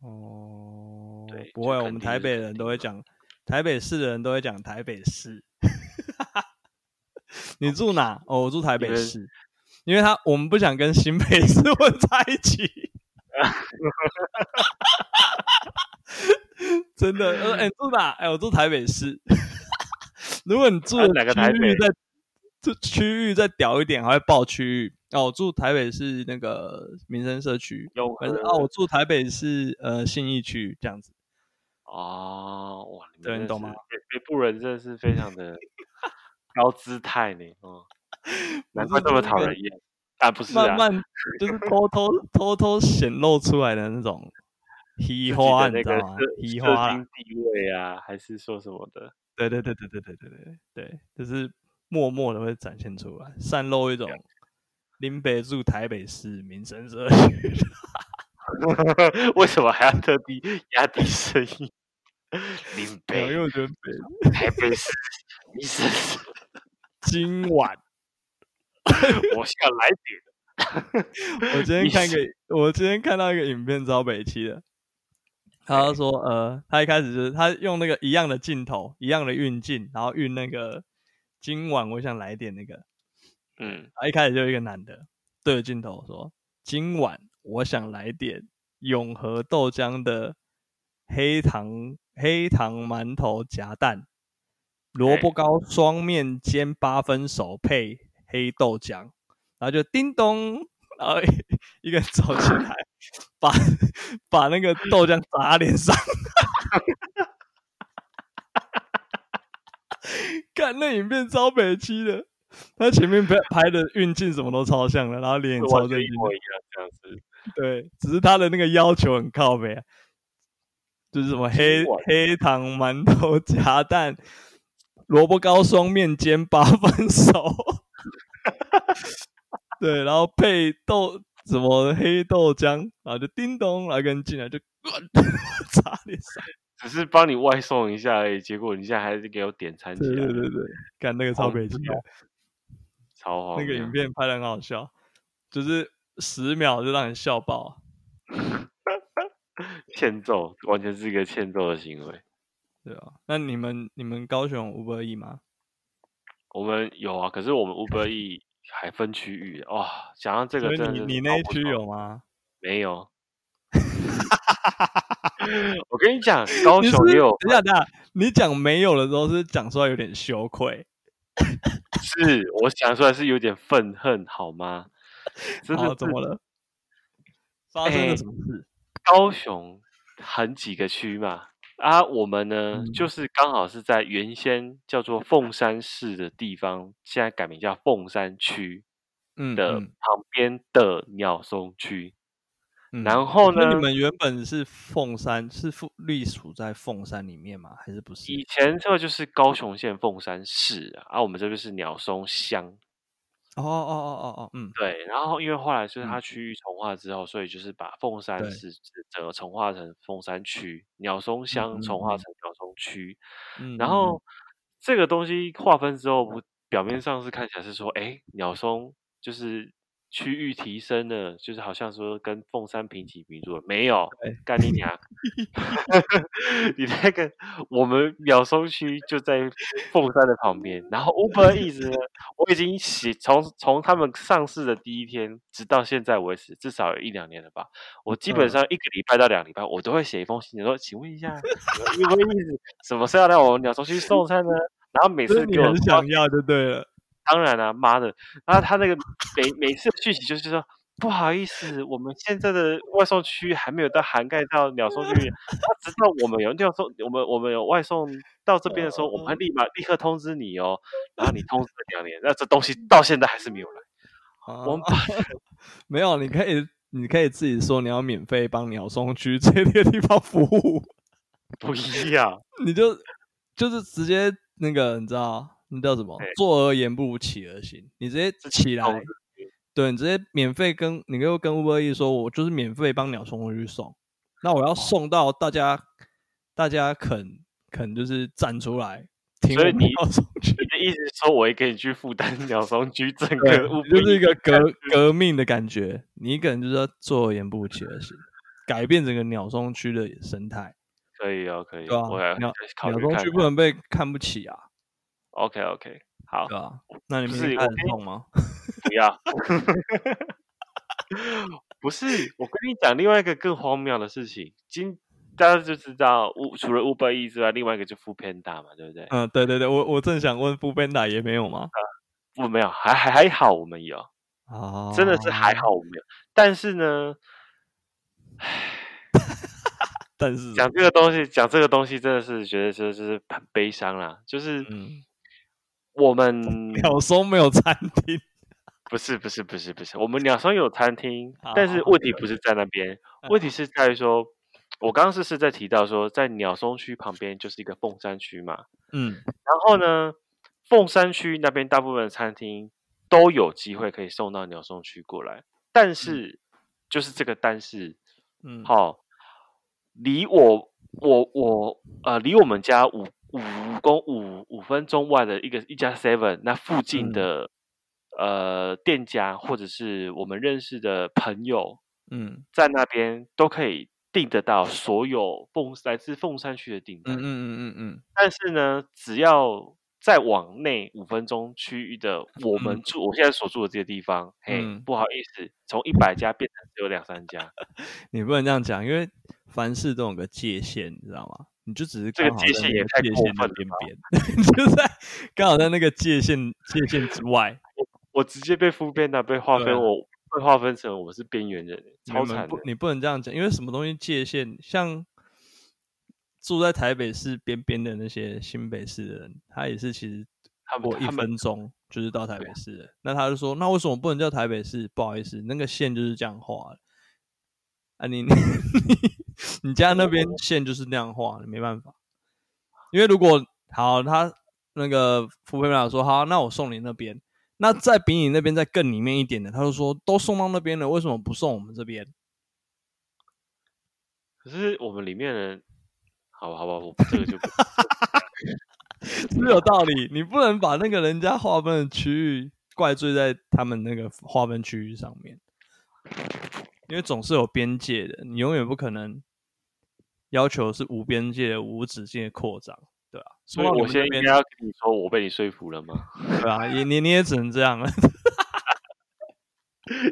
Speaker 1: 哦，
Speaker 2: 对
Speaker 1: 不
Speaker 2: 就
Speaker 1: 会，我
Speaker 2: 肯
Speaker 1: 们
Speaker 2: 定
Speaker 1: 台
Speaker 2: 是
Speaker 1: 北
Speaker 2: 肯
Speaker 1: 人
Speaker 2: 定
Speaker 1: 都会
Speaker 2: 嘛
Speaker 1: 讲，台北市的人都会讲台北市。 *laughs*
Speaker 2: 哦
Speaker 1: 你住哪？哦，我住台北
Speaker 2: 们
Speaker 1: 市，因为他我们不想跟新北市混在一起。 *laughs* 真的，他说：“哎、你住哪？哎、我住台北市。如果你住
Speaker 2: 啊
Speaker 1: 的
Speaker 2: 哪个
Speaker 1: 区
Speaker 2: 台
Speaker 1: 域
Speaker 2: 北
Speaker 1: 再这区域再屌一点，还会报区域。哦，我住台北市那个民生社区，
Speaker 2: 永
Speaker 1: 反正
Speaker 2: 和
Speaker 1: 啊，我住台北市呃信义区这样子。
Speaker 2: 哦，哇，你们
Speaker 1: 对
Speaker 2: 真
Speaker 1: 你
Speaker 2: 的
Speaker 1: 懂
Speaker 2: 是
Speaker 1: 吗 *laughs*
Speaker 2: 北北部人真的是非常的高姿态呢，哦，难怪这么讨人厌。啊，不是啊
Speaker 1: 慢，慢就是偷偷偷偷显露出来的那种
Speaker 2: 自己
Speaker 1: 移
Speaker 2: 的
Speaker 1: 花，你
Speaker 2: 那
Speaker 1: 知道
Speaker 2: 个
Speaker 1: 吗
Speaker 2: 社？
Speaker 1: 移
Speaker 2: 社
Speaker 1: 花啦
Speaker 2: 经地位啊，还是说什么的？ *laughs*
Speaker 1: 对对对对对对对对对，就是默默的会展现出来，散露一种林北驻台北市民生社 *laughs* 区的
Speaker 2: 为什么还要特地压低声音？林
Speaker 1: 没有，因为我
Speaker 2: 北，
Speaker 1: 觉得北
Speaker 2: 台北市，医生，
Speaker 1: 今 *laughs* 晚，
Speaker 2: *laughs* 我想来点。
Speaker 1: 我今天
Speaker 2: 你
Speaker 1: 看一个，我今天看到一个影片，招北七的，他就说呃，他一开始就是他用那个一样的镜头，一样的运镜，然后运那个今晚我想来点那个，
Speaker 2: 嗯，
Speaker 1: 然后一开始就有一个男的对着镜头说：“今晚我想来点永和豆浆的黑糖黑糖馒头夹蛋，萝卜糕双面煎八分熟配黑豆浆。”然后就叮咚，然后 *laughs* 一一个人走进来，把把那个豆浆砸他脸上。 *laughs* 看那影片超北七的，他前面拍拍的运镜什么都超像的，然后脸也超
Speaker 2: 完
Speaker 1: 正
Speaker 2: 全一
Speaker 1: 经的
Speaker 2: 模一样这样子。
Speaker 1: 对，只是他的那个要求很靠北啊，就是什么黑
Speaker 2: 今晚
Speaker 1: 黑糖馒头夹蛋、萝卜糕双面煎八分熟，对，然后配豆什么黑豆浆，然后就叮咚，然后跟进来就呃 *laughs* 擦脸上，
Speaker 2: 只是帮你外送一下而已，结果你现在还是给我点餐起
Speaker 1: 对
Speaker 2: 来
Speaker 1: 对
Speaker 2: 了，
Speaker 1: 对对，干那个超
Speaker 2: 好
Speaker 1: 北京的。哦
Speaker 2: 超荒
Speaker 1: 那
Speaker 2: 谬。
Speaker 1: 个影片拍的很好笑，就是十秒就让你笑爆。
Speaker 2: 欠揍，完全是一个欠揍的行为。
Speaker 1: 对啊，那你们你们高雄五百亿吗？
Speaker 2: 我们有啊，可是
Speaker 1: *laughs*
Speaker 2: 我们 Uber E 还分区域的哇、讲到这
Speaker 1: 所
Speaker 2: 个
Speaker 1: 以
Speaker 2: 真的
Speaker 1: 你
Speaker 2: 是
Speaker 1: 你
Speaker 2: 超
Speaker 1: 那一
Speaker 2: 不
Speaker 1: 区
Speaker 2: 爽
Speaker 1: 有吗？*laughs*
Speaker 2: 没有？我跟你讲，高
Speaker 1: 你是
Speaker 2: 雄也有
Speaker 1: 等一下，等一下，你讲没有的时候是讲出来有点羞愧，
Speaker 2: 是，我想出来是有点愤恨，好吗？真
Speaker 1: 然后
Speaker 2: 的 *laughs* 是
Speaker 1: 哦怎么了？发生了
Speaker 2: 哎
Speaker 1: 什么事？
Speaker 2: 高雄很几个区嘛，啊，我们呢、
Speaker 1: 嗯
Speaker 2: 就是刚好是在原先叫做凤山市的地方，现在改名叫凤山区
Speaker 1: 嗯
Speaker 2: 的
Speaker 1: 嗯
Speaker 2: 旁边的鸟松区。
Speaker 1: 嗯
Speaker 2: 然后
Speaker 1: 所以
Speaker 2: 呢
Speaker 1: 你，们原本是凤山，是附隶属在凤山里面吗？还是不是？
Speaker 2: 以前这个就是高雄县凤山市啊，啊我们这边是鸟松乡。
Speaker 1: 哦哦哦哦哦，嗯，
Speaker 2: 对，然后因为后来就是它
Speaker 1: 嗯
Speaker 2: 区域重划之后，所以就是把凤
Speaker 1: 对
Speaker 2: 山市整个重划成凤山区，鸟松乡
Speaker 1: 嗯
Speaker 2: 重划
Speaker 1: 嗯
Speaker 2: 成鸟松区。
Speaker 1: 嗯
Speaker 2: 然
Speaker 1: 嗯
Speaker 2: 后这个东西划分之后，不表面上是看起来是说，哎，鸟松就是区域提升了，就是好像说跟凤山平起平坐了，没有
Speaker 1: 对，
Speaker 2: 干你娘！ *laughs* 你那个我们鸟松区就在凤山的旁边，然后 Uber 一直呢，我已经写从从他们上市的第一天直到现在为止，至少有一两年了吧。我基本
Speaker 1: 嗯
Speaker 2: 上一个礼拜到两个礼拜，我都会写一封信，说请问一下，Uber 意思什么时候要来我们鸟松区送餐呢？然后每
Speaker 1: 就
Speaker 2: 次
Speaker 1: 是你
Speaker 2: 给我
Speaker 1: 很
Speaker 2: 发
Speaker 1: 想要就对了。
Speaker 2: 当然啦、妈的！然后他那个每每次的讯息就是说，不好意思，我们现在的外送区域还没有到涵盖到鸟送区域，他直到我们有鸟送，我们我们有外送到这边的时候，我们会立马立刻通知你哦。然后你通知了两年，那这东西到现在还是没有来。 *laughs* 我
Speaker 1: 啊
Speaker 2: 们把
Speaker 1: *laughs* 没有，你可以你可以自己说你要免费帮鸟松区这些地方服务。
Speaker 2: 不一样，
Speaker 1: 你就就是直接那个，你知道那叫什么
Speaker 2: 对？
Speaker 1: 坐而言不如起而行。你直接起
Speaker 2: 通
Speaker 1: 来
Speaker 2: 知，
Speaker 1: 对你直接免费跟你跟跟 Uber E 说，我就是免费帮鸟送回去送。那我
Speaker 2: 哦
Speaker 1: 要送到大家，大家肯肯就是站出来听
Speaker 2: 所以
Speaker 1: 我们
Speaker 2: 你
Speaker 1: 要送
Speaker 2: *laughs*
Speaker 1: 去，
Speaker 2: 你的意思是说，我也可以去负担鸟松区整
Speaker 1: 对
Speaker 2: 个物，
Speaker 1: 就是一个革革命的感觉。你一个人就是要坐而言不如起而行，改变整个鸟松区的生态，
Speaker 2: 可以哦，可以，
Speaker 1: 对吧、
Speaker 2: 我还
Speaker 1: 鸟
Speaker 2: 考
Speaker 1: 鸟
Speaker 2: 虑
Speaker 1: 松
Speaker 2: 看
Speaker 1: 区不
Speaker 2: 看。
Speaker 1: 能被看不起啊。
Speaker 2: OK OK，好，
Speaker 1: 对啊，那你
Speaker 2: 不
Speaker 1: 们
Speaker 2: 哦是
Speaker 1: 是
Speaker 2: 我
Speaker 1: 看得
Speaker 2: 跟你
Speaker 1: 懂吗？
Speaker 2: 不要。 *laughs* 不是，我跟你讲另外一个更荒谬的事情，今大家就知道，u 除了 Uber E 之外，另外一个就 f o o Panda 嘛，对不对？
Speaker 1: 嗯，对对对，我我正想问富贝达也没有 *laughs* 吗？
Speaker 2: 不，没有，还还还好，我们有，
Speaker 1: 啊，
Speaker 2: 真的是还，好我们有。但是呢，
Speaker 1: 但是
Speaker 2: 讲这个东西，讲这个东西，真的是觉得这这是很悲伤啦，就是
Speaker 1: 嗯
Speaker 2: 我们
Speaker 1: 鸟松没有餐厅，
Speaker 2: 不是不是不是不是，我们鸟松有餐厅
Speaker 1: 好，
Speaker 2: 但是
Speaker 1: 好好
Speaker 2: 问题不是在那边，
Speaker 1: 嗯
Speaker 2: 问题是在于说，我刚刚是是在提到说，在鸟松区旁边就是一个凤山区嘛，
Speaker 1: 嗯，
Speaker 2: 然后呢，凤山区那边大部分的餐厅都有机会可以送到鸟松区过来，但是、就是这个但是，
Speaker 1: 嗯，
Speaker 2: 好、离我我我呃，离我们家五五五公五五分钟外的一个一家 Seven，那附近
Speaker 1: 嗯
Speaker 2: 的、呃店家或者是我们认识的朋友，
Speaker 1: 嗯，
Speaker 2: 在那边都可以订得到所有凤来自凤山区的订
Speaker 1: 嗯
Speaker 2: 单。
Speaker 1: 嗯嗯嗯嗯
Speaker 2: 但是呢，只要再往内五分钟区域的，我们住、我现在所住的这个地方，嘿，
Speaker 1: 嗯
Speaker 2: 不好意思，从一百家变成只有两三家，
Speaker 1: 嗯，你不能这样讲，因为凡事都有个界限，你知道吗？你就只是
Speaker 2: 这个
Speaker 1: 刚好
Speaker 2: 界
Speaker 1: 在
Speaker 2: 限
Speaker 1: 那
Speaker 2: 也
Speaker 1: 个
Speaker 2: 太
Speaker 1: 界
Speaker 2: 过
Speaker 1: 限的
Speaker 2: 分了
Speaker 1: 边边， *laughs* 你就在刚好在那个界限界限之外，
Speaker 2: 我直接被敷变了，被划
Speaker 1: 对
Speaker 2: 分，
Speaker 1: 啊
Speaker 2: 我被划分成我是边缘人，
Speaker 1: 你
Speaker 2: 超
Speaker 1: 们
Speaker 2: 惨的
Speaker 1: 不，。你不能这样讲，因为什么东西界限，像住在台北市边边的那些新北市的人，他也是其实
Speaker 2: 他们
Speaker 1: 过一
Speaker 2: 他们
Speaker 1: 分钟就是到台
Speaker 2: 对啊
Speaker 1: 北市了。那他就说，那为什么不能叫台北市？不好意思，那个线就是这样画的。啊你，你 *laughs* 你家那边
Speaker 2: 哦
Speaker 1: 线就是那样画的，没办法。因为如果好，他那个副佩长说好，那我送你那边。那再比你那边再更里面一点的，他就说都送到那边了，为什么不送我们这边？
Speaker 2: 可是我们里面人，好吧好吧，我这个就
Speaker 1: *laughs*
Speaker 2: 不
Speaker 1: 是有道理，你不能把那个人家划分的区域怪罪在他们那个划分区域上面，因为总是有边界的，你永远不可能要求是无边界的、无止境的扩张，对吧、啊？
Speaker 2: 所
Speaker 1: 所
Speaker 2: 以
Speaker 1: 以
Speaker 2: 我现在
Speaker 1: 边
Speaker 2: 应该要跟你说，我被你说服了吗？ *laughs*
Speaker 1: 对啊，也你你也只能这样了。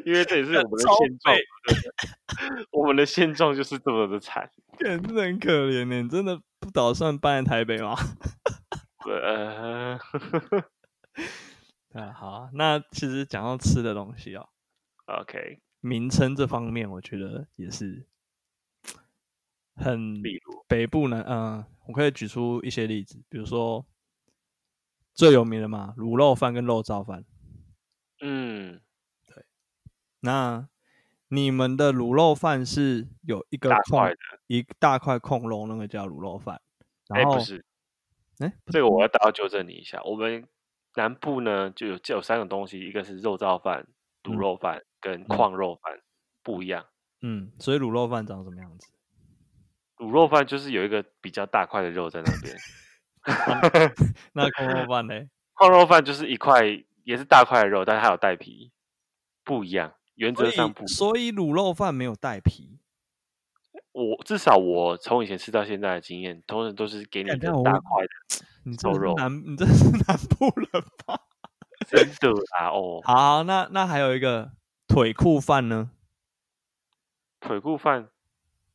Speaker 2: 因为这也是我们的
Speaker 1: 超
Speaker 2: 现状，对不 *laughs* 对我们的现状就是这么的惨。
Speaker 1: 真的很可怜呢、你真的不打算搬来台北吗？ *laughs*
Speaker 2: 呃，
Speaker 1: 啊，好啊，那其实讲到吃的东西啊、
Speaker 2: OK，
Speaker 1: 名称这方面，我觉得也是很
Speaker 2: 例如，
Speaker 1: 北部南，嗯、我可以举出一些例子，比如说最有名的嘛，卤肉饭跟肉燥饭。
Speaker 2: 嗯，
Speaker 1: 那你们的卤肉饭是有一个
Speaker 2: 大
Speaker 1: 控
Speaker 2: 块的，
Speaker 1: 一大块控肉，那个叫卤肉饭。
Speaker 2: 哎，
Speaker 1: 然后，
Speaker 2: 不
Speaker 1: 哎、
Speaker 2: 是，
Speaker 1: 不
Speaker 2: 这个我要打要纠正你一下。我们南部呢就有就有三种东西，一个是肉燥饭、卤
Speaker 1: 嗯
Speaker 2: 肉饭跟矿肉饭，不一样。
Speaker 1: 嗯，所以卤肉饭长什么样子？
Speaker 2: 卤肉饭就是有一个比较大块的肉在那边，
Speaker 1: 那控肉饭嘞？
Speaker 2: 矿肉饭就是一块也是大块的肉，但它有带皮，不一样，原
Speaker 1: 所
Speaker 2: 则上不
Speaker 1: 以，
Speaker 2: 一样。
Speaker 1: 所以卤肉饭没有带皮。
Speaker 2: 我至少我从以前吃到现在的经验，通常都是给你
Speaker 1: 干
Speaker 2: 一个
Speaker 1: 但我
Speaker 2: 大块的，
Speaker 1: 你这
Speaker 2: 瘦肉
Speaker 1: 南，你这是 *laughs* 南部人吧？ *laughs*
Speaker 2: 真的啦哦。
Speaker 1: 好，那那还有一个腿裤饭呢？
Speaker 2: 腿骨饭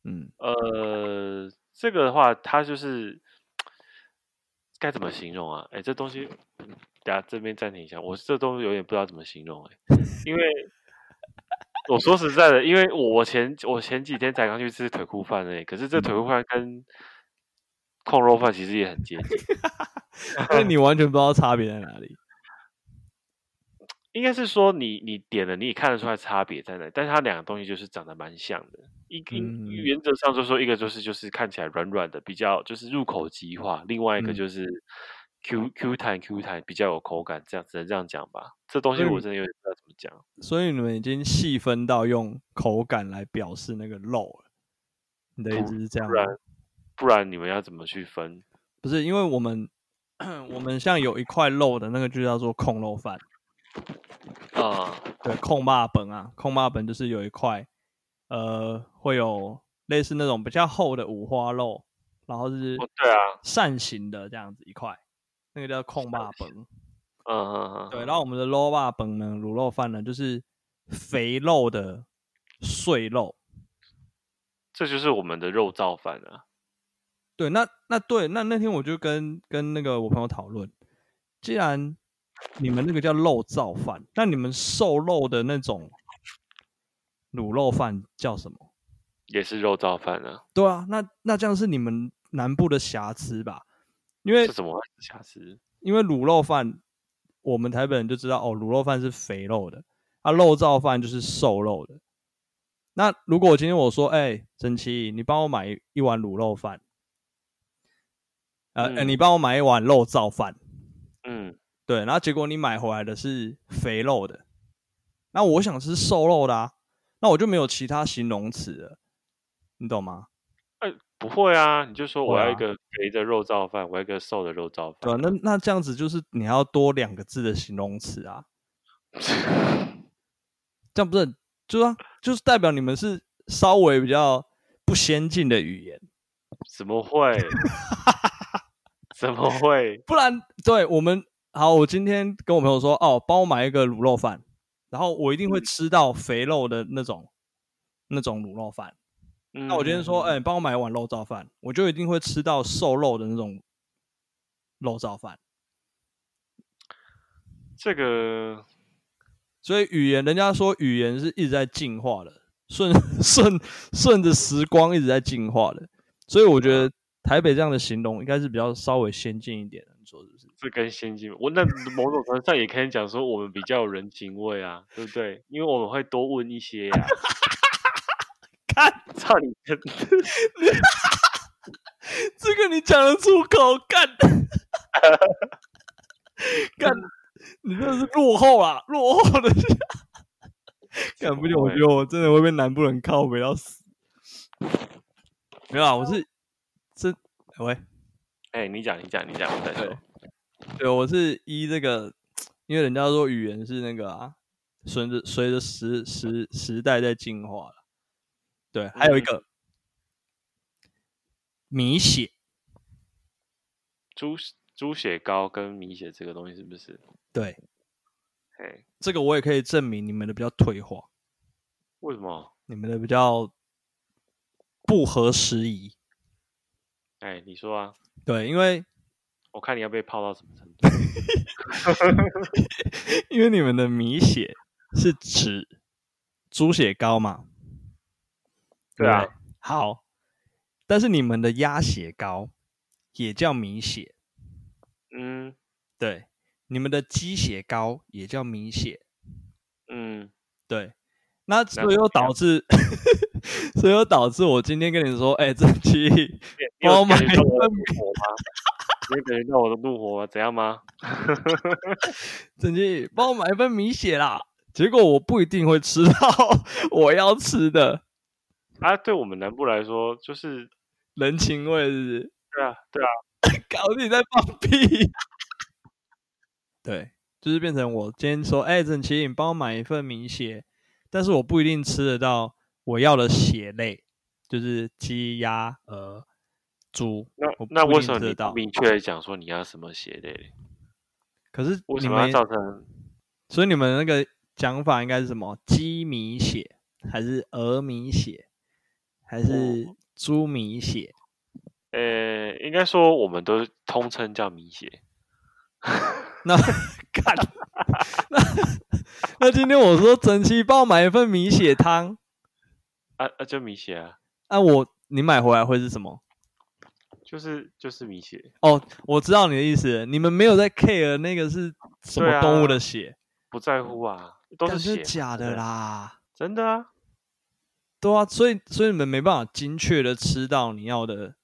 Speaker 1: 嗯，
Speaker 2: 呃，这个的话，它就是该怎么形容啊？哎，这东西，等下这边暂停一下，我这东西有点不知道怎么形容哎，因为我说实在的，因为我我前我前几天才刚去吃腿骨饭哎，可是这腿骨饭跟控肉饭其实也很接近， *laughs*
Speaker 1: 因为你完全不知道差别在哪里。
Speaker 2: 应该是说你你点了，你也看得出来差别在哪，但是它两个东西就是长得蛮像的。一个
Speaker 1: 嗯
Speaker 2: 原则上就说一个就是就是看起来软软的，比较就是入口即化；，另外一个
Speaker 1: 嗯
Speaker 2: 就是 Q Q 弹 Q 弹，比较有口感，这样只能这样讲吧。这东西
Speaker 1: 所以
Speaker 2: 我
Speaker 1: 你
Speaker 2: 真的有点不知道怎么讲。
Speaker 1: 所以你们已经细分到用口感来表示那个肉了。你的意思是这样
Speaker 2: 哦不
Speaker 1: 吗？
Speaker 2: 然不然你们要怎么
Speaker 1: *laughs*
Speaker 2: 去分？
Speaker 1: 不是，因为我们 *clears throat* 我们像有一块肉的那个就叫做控肉饭，
Speaker 2: 啊、
Speaker 1: 哦对，控霸本啊，控霸本就是有一块，呃，会有类似那种比较厚的五花肉，然后是
Speaker 2: 哦对啊，
Speaker 1: 扇形的这样子一块，那个叫控霸本。
Speaker 2: 嗯嗯嗯，
Speaker 1: 对，然后我们的肉霸本呢，卤肉饭呢，就是肥肉的碎肉。
Speaker 2: 这就是我们的肉燥饭啊。
Speaker 1: 对，那那对，那那天我就跟跟那个我朋友讨论，既然你们那个叫肉燥饭，那你们瘦肉的那种卤肉饭叫什么？
Speaker 2: 也是肉燥饭啊，
Speaker 1: 对啊，那那这样是你们南部的瑕疵吧？因为
Speaker 2: 这怎么会是瑕疵？
Speaker 1: 因为卤肉饭我们台北人就知道哦，卤肉饭是肥肉的，啊，肉燥饭就是瘦肉的。那如果我今天我说，哎、整齐，你帮我买一碗卤肉饭，呃，呃
Speaker 2: 嗯
Speaker 1: 你帮我买一碗肉燥饭，
Speaker 2: 嗯
Speaker 1: 对，然后结果你买回来的是肥肉的，那我想吃瘦肉的啊，那我就没有其他形容词了，你懂吗？
Speaker 2: 呃，不会啊，你就说我
Speaker 1: 会
Speaker 2: 要一
Speaker 1: 啊
Speaker 2: 个肥的肉燥饭，我要一个瘦的肉燥
Speaker 1: 对、啊，
Speaker 2: 饭。
Speaker 1: 那那这样子就是你还要多两个字的形容词啊，这样不是很就是、啊、就是代表你们是稍微比较不先进的语言，
Speaker 2: 怎么会？怎么会？
Speaker 1: 不然对我们好，我今天跟我朋友说哦，帮我买一个卤肉饭，然后我一定会吃到肥肉的那种那种卤肉饭。那
Speaker 2: 那
Speaker 1: 我今天说，哎、帮我买一碗肉燥饭，我就一定会吃到瘦肉的那种肉燥饭。
Speaker 2: 这个
Speaker 1: 所以语言，人家说语言是一直在进化的，顺 *laughs* 顺顺着时光一直在进化的。所以我觉得台北这样的形容应该是比较稍微先进一点的，你说是不是？ *laughs*
Speaker 2: 这跟先进，我那某种程度上也可以讲说，我们比较有人情味啊，对不对？因为我们会多问一些啊。
Speaker 1: *laughs* 看
Speaker 2: 操你真的！
Speaker 1: 这个你讲得出口，干干，你真的是落后啊，落后的。 *laughs* 干不行，我觉得我真的会被南部人靠北到死。没有啊，我是这喂，
Speaker 2: 哎、你讲，你讲，你讲，我再说。
Speaker 1: 对，我是依这个，因为人家说语言是那个啊，随着随着时时时代在进化了。对，还
Speaker 2: 嗯
Speaker 1: 有一个、米血，
Speaker 2: 猪猪血糕跟米血这个东西是不是？
Speaker 1: 对，
Speaker 2: 哎、
Speaker 1: 这个我也可以证明你们的比较退化，
Speaker 2: 为什么？
Speaker 1: 你们的比较不合时宜。
Speaker 2: 哎、你说啊，
Speaker 1: 对，因为
Speaker 2: 我看你要被泡到什么程度？
Speaker 1: 因为你们的米血是指猪血糕嘛，
Speaker 2: 对啊
Speaker 1: 不对，好，但是你们的鸭血糕也叫米血，
Speaker 2: 嗯
Speaker 1: 对，你们的鸡血糕也叫米血，
Speaker 2: 嗯，
Speaker 1: 对，那所以又导致，所以又导致我今天跟你说，哎、这期
Speaker 2: 你有
Speaker 1: 帮我
Speaker 2: 感
Speaker 1: 买
Speaker 2: 觉到我的
Speaker 1: 一份
Speaker 2: 怒火吗？ *laughs* 你有感觉到我的怒火吗？怎样吗？
Speaker 1: 郑记帮我买一份米血啦，结果我不一定会吃到 *laughs* 我要吃的
Speaker 2: 啊，对我们南部来说，就是
Speaker 1: 人情味，是不是？
Speaker 2: 对啊，对啊，
Speaker 1: 搞你在放屁。 *laughs* 对，就是变成我今天说，哎、郑奇，你帮我买一份米血，但是我不一定吃得到我要的血类，就是鸡、鸭、鹅、猪。
Speaker 2: 那
Speaker 1: 我
Speaker 2: 那
Speaker 1: 不一
Speaker 2: 为
Speaker 1: 定
Speaker 2: 什么
Speaker 1: 吃得
Speaker 2: 你
Speaker 1: 到
Speaker 2: 不明确的讲说你要什么血类？
Speaker 1: 可是
Speaker 2: 为
Speaker 1: 你
Speaker 2: 什么
Speaker 1: 们
Speaker 2: 要，造成？
Speaker 1: 所以你们那个讲法应该是什么？鸡米血，还是鹅米血，还是猪米血？
Speaker 2: 呃，应该说我们都通称叫米血。
Speaker 1: 那 *laughs* 干，那那今天我说整奇帮我买一份米血汤，
Speaker 2: 啊啊，就米血啊，
Speaker 1: 啊，我你买回来会是什么？
Speaker 2: 就是就是米血，
Speaker 1: 哦，我知道你的意思，你们没有在 care 那个是什
Speaker 2: 对
Speaker 1: 么
Speaker 2: 啊
Speaker 1: 动物的血，
Speaker 2: 不在乎啊，都
Speaker 1: 干
Speaker 2: 是
Speaker 1: 真
Speaker 2: 血
Speaker 1: 的假
Speaker 2: 嘛，对
Speaker 1: 的
Speaker 2: 不对，
Speaker 1: 啦，
Speaker 2: 真的啊，
Speaker 1: 对啊，所以所以你们没办法精确的吃到你要的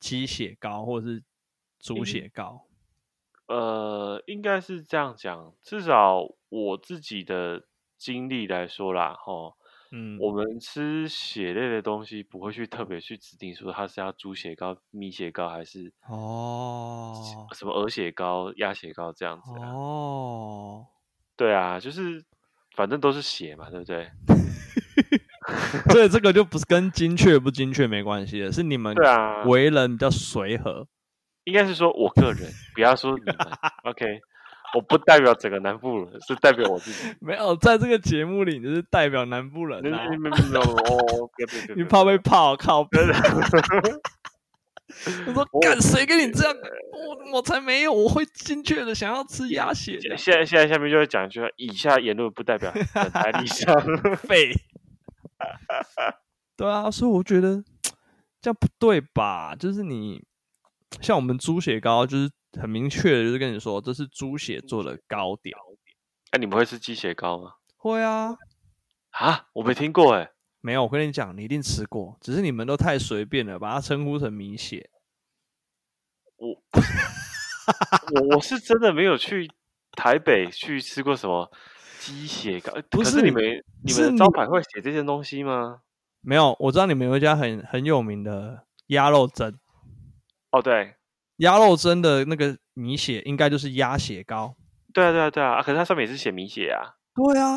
Speaker 1: 鸡血糕或者是猪
Speaker 2: 嗯
Speaker 1: 血糕，
Speaker 2: 呃，应该是这样讲，至少我自己的经历来说啦，哦，
Speaker 1: 嗯，
Speaker 2: 我们吃血类的东西不会去特别去指定说它是要猪血糕、米血糕还是
Speaker 1: 哦
Speaker 2: 什么鹅血糕、鸭血糕这样子啊。
Speaker 1: 哦，
Speaker 2: 对啊，就是反正都是血嘛，对不对？
Speaker 1: 嗯所以这个就不是跟精确不精确没关系的，是你们
Speaker 2: 对啊，
Speaker 1: 为人比较随和，
Speaker 2: 应该是说我个人，不要说
Speaker 1: *laughs*
Speaker 2: 你们，OK。我不代表整个南部人，是代表我
Speaker 1: *laughs*
Speaker 2: 自己。
Speaker 1: 没有在这个节目里你就是代表南部人
Speaker 2: 没
Speaker 1: 啊，
Speaker 2: 没没没没，哦，别别别，
Speaker 1: 你
Speaker 2: 别
Speaker 1: 怕被泡靠背。 *laughs* 我说
Speaker 2: 我
Speaker 1: 干谁跟你这样？我我才没有，我会精确的想要吃鸭血
Speaker 2: 现现在现在下面就会讲一句话，以下言论不代表本台
Speaker 1: *laughs*
Speaker 2: 立场。 *laughs*
Speaker 1: 肺。对啊，所以我觉得这样不对吧？就是你像我们猪血糕，就是很明确的就是跟你说，这是猪血做的糕点。
Speaker 2: 哎、你们会吃鸡血糕吗？
Speaker 1: 会啊，
Speaker 2: 啊，我没听过哎、
Speaker 1: 没有，我跟你讲，你一定吃过，只是你们都太随便了，把它称呼成米血。
Speaker 2: 我我是真的没有去台北去吃过什么鸡血糕，呃
Speaker 1: 不
Speaker 2: 可
Speaker 1: 是
Speaker 2: 是你
Speaker 1: 你
Speaker 2: 们你
Speaker 1: 是
Speaker 2: 们
Speaker 1: 你
Speaker 2: 的招牌会写这些东西吗？
Speaker 1: 没有，我知道你们有一家很很有名的鸭肉蒸，
Speaker 2: 哦，对，
Speaker 1: 鸭肉蒸的那个米血应该就是鸭血糕。
Speaker 2: 对啊，对啊，对啊，啊可是它上面也是写米血啊，
Speaker 1: 对啊，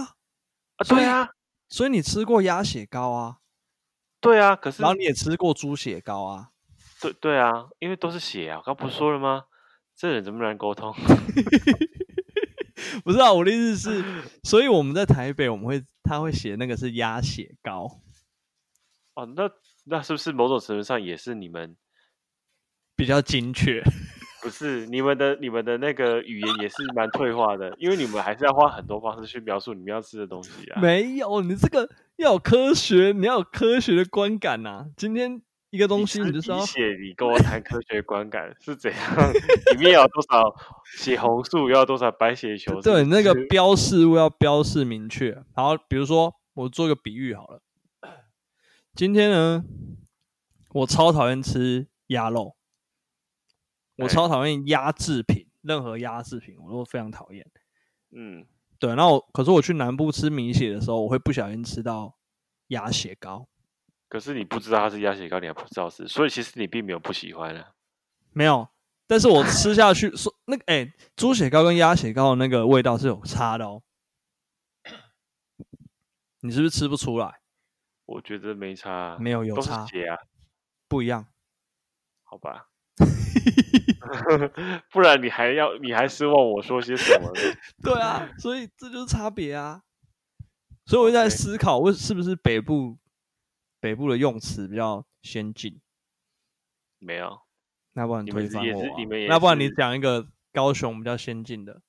Speaker 2: 啊，
Speaker 1: 所以
Speaker 2: 对啊，
Speaker 1: 所以你吃过鸭血糕啊，
Speaker 2: 对啊，可是
Speaker 1: 然后你也吃过猪血糕啊。
Speaker 2: 对对啊，因为都是血啊，我刚不是说了吗？这人怎么难沟通？ *laughs*
Speaker 1: 不是啊，我的意思 *laughs* 是，所以我们在台北，我们会他会写那个是鸭血糕，
Speaker 2: 哦，那那是不是某种程度上也是你们
Speaker 1: 比较精确。
Speaker 2: 不是你们的你们的那个语言也是蛮退化的，因为你们还是要花很多方式去描述你们要吃的东西啊。
Speaker 1: 没有，你这个要有科学，你要有科学的观感呐、今天一个东西，你
Speaker 2: 你
Speaker 1: 就
Speaker 2: 吃
Speaker 1: 是要
Speaker 2: 鸡血，你跟我谈科学观感是怎样？ *laughs* 里面要多少血红素，要多少白血球？
Speaker 1: 对
Speaker 2: 是
Speaker 1: 那个
Speaker 2: 是
Speaker 1: 标示物要标示明确。然后比如说，我做个比喻好了，今天呢，我超讨厌吃鸭肉，我
Speaker 2: 哎
Speaker 1: 超讨厌鸭制品，任何鸭制品我都非常讨厌。
Speaker 2: 嗯，
Speaker 1: 对，然后可是我去南部吃米血的时候，我会不小心吃到鸭血糕。
Speaker 2: 可是你不知道它是鸭血糕，你还不知道是，所以其实你并没有不喜欢啊。
Speaker 1: 没有，但是我吃下去说那个哎、猪血糕跟鸭血糕的那个味道是有差的哦。你是不是吃不出来？
Speaker 2: 我觉得没差啊，
Speaker 1: 没有有
Speaker 2: 都是
Speaker 1: 差
Speaker 2: 血啊，
Speaker 1: 不一样，
Speaker 2: 好吧。 *laughs* 不然你还要你还奢望我说些什么呢？
Speaker 1: 对啊，所以这就是差别啊。所以我一直在
Speaker 2: OK
Speaker 1: 思考，为是不是北部北部的用词比较先进？
Speaker 2: 没有，
Speaker 1: 那不然
Speaker 2: 你
Speaker 1: 推
Speaker 2: 们
Speaker 1: 翻
Speaker 2: 也
Speaker 1: 我
Speaker 2: 是
Speaker 1: 啊、
Speaker 2: 你们也
Speaker 1: 那不然你
Speaker 2: 是
Speaker 1: 讲一个高雄比较先进的，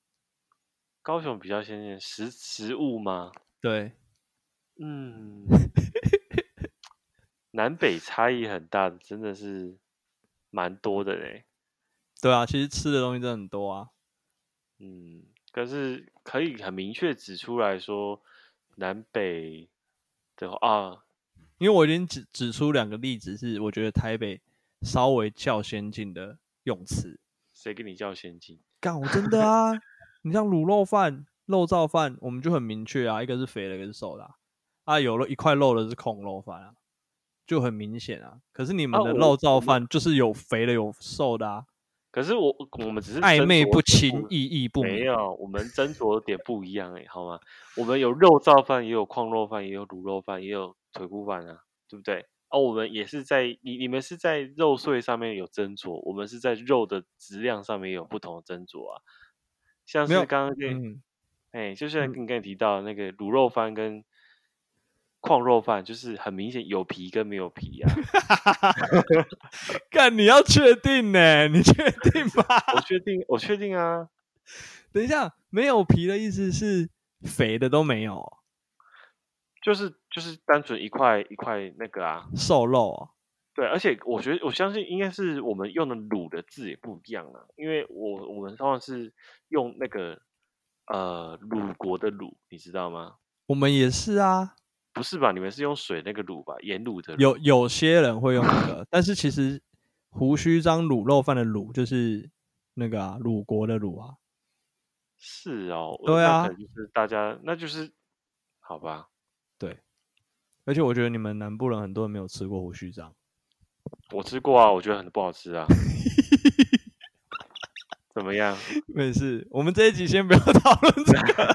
Speaker 2: 高雄比较先进食食物吗？
Speaker 1: 对，
Speaker 2: 嗯， *laughs* 南北差异很大，真的是蛮多的嘞。
Speaker 1: 对啊，其实吃的东西真的很多啊。
Speaker 2: 嗯，但是可以很明确指出来说，南北的话啊，
Speaker 1: 因为我已经指指出两个例子，是我觉得台北稍微较先进的用词。
Speaker 2: 谁跟你叫先进？
Speaker 1: 干，我真的啊！你像卤肉饭、肉燥饭，我们就很明确啊，一个是肥的，一个是瘦的啊。啊有了一块肉的是控肉饭啊，就很明显啊。可是你们
Speaker 2: 啊
Speaker 1: 的
Speaker 2: 我
Speaker 1: 肉燥饭就是有肥的，有瘦的啊，
Speaker 2: 可是我我们只是
Speaker 1: 暧
Speaker 2: 斟
Speaker 1: 昧
Speaker 2: 酌
Speaker 1: 不
Speaker 2: 点
Speaker 1: 清，意义不
Speaker 2: 没
Speaker 1: 明。
Speaker 2: 有，我们斟酌点不一样哎、好吗？我们有肉燥饭，也有矿肉饭，也有卤肉饭，也有腿骨饭啊，对不对？啊，我们也是在你你们是在肉碎上面有斟酌，我们是在肉的质量上面有不同的斟酌啊。像
Speaker 1: 没
Speaker 2: 是
Speaker 1: 有
Speaker 2: 刚刚跟 *laughs*
Speaker 1: 嗯，
Speaker 2: 哎、就像你刚才提到的那个卤肉饭跟矿肉饭，就是很明显有皮跟没有皮啊。
Speaker 1: 干，你要确定呢、你确定吧？
Speaker 2: 我确定，我确定啊。
Speaker 1: *laughs* 等一下，没有皮的意思是肥的都没有哦，
Speaker 2: 就是就是单纯一块一块那个啊，
Speaker 1: 瘦肉哦。
Speaker 2: 对，而且我觉得我相信应该是我们用的“卤”的字也不一样啊，因为我我们通常是用那个呃鲁国的“鲁”，你知道吗？
Speaker 1: 我们也是啊，
Speaker 2: 不是吧？你们是用水那个“鲁”吧？盐卤的
Speaker 1: 有有些人会用那个，但是其实胡须章卤肉饭的卤就是那个啊，鲁国的鲁啊，
Speaker 2: 是哦，
Speaker 1: 对
Speaker 2: 那
Speaker 1: 啊
Speaker 2: 可能就是大家那就是好吧？
Speaker 1: 而且我觉得你们南部人很多人没有吃过胡须章，
Speaker 2: 我吃过啊，我觉得很不好
Speaker 1: *laughs*
Speaker 2: 吃啊。怎么样？
Speaker 1: 没事，我们这一集先不要讨论这个。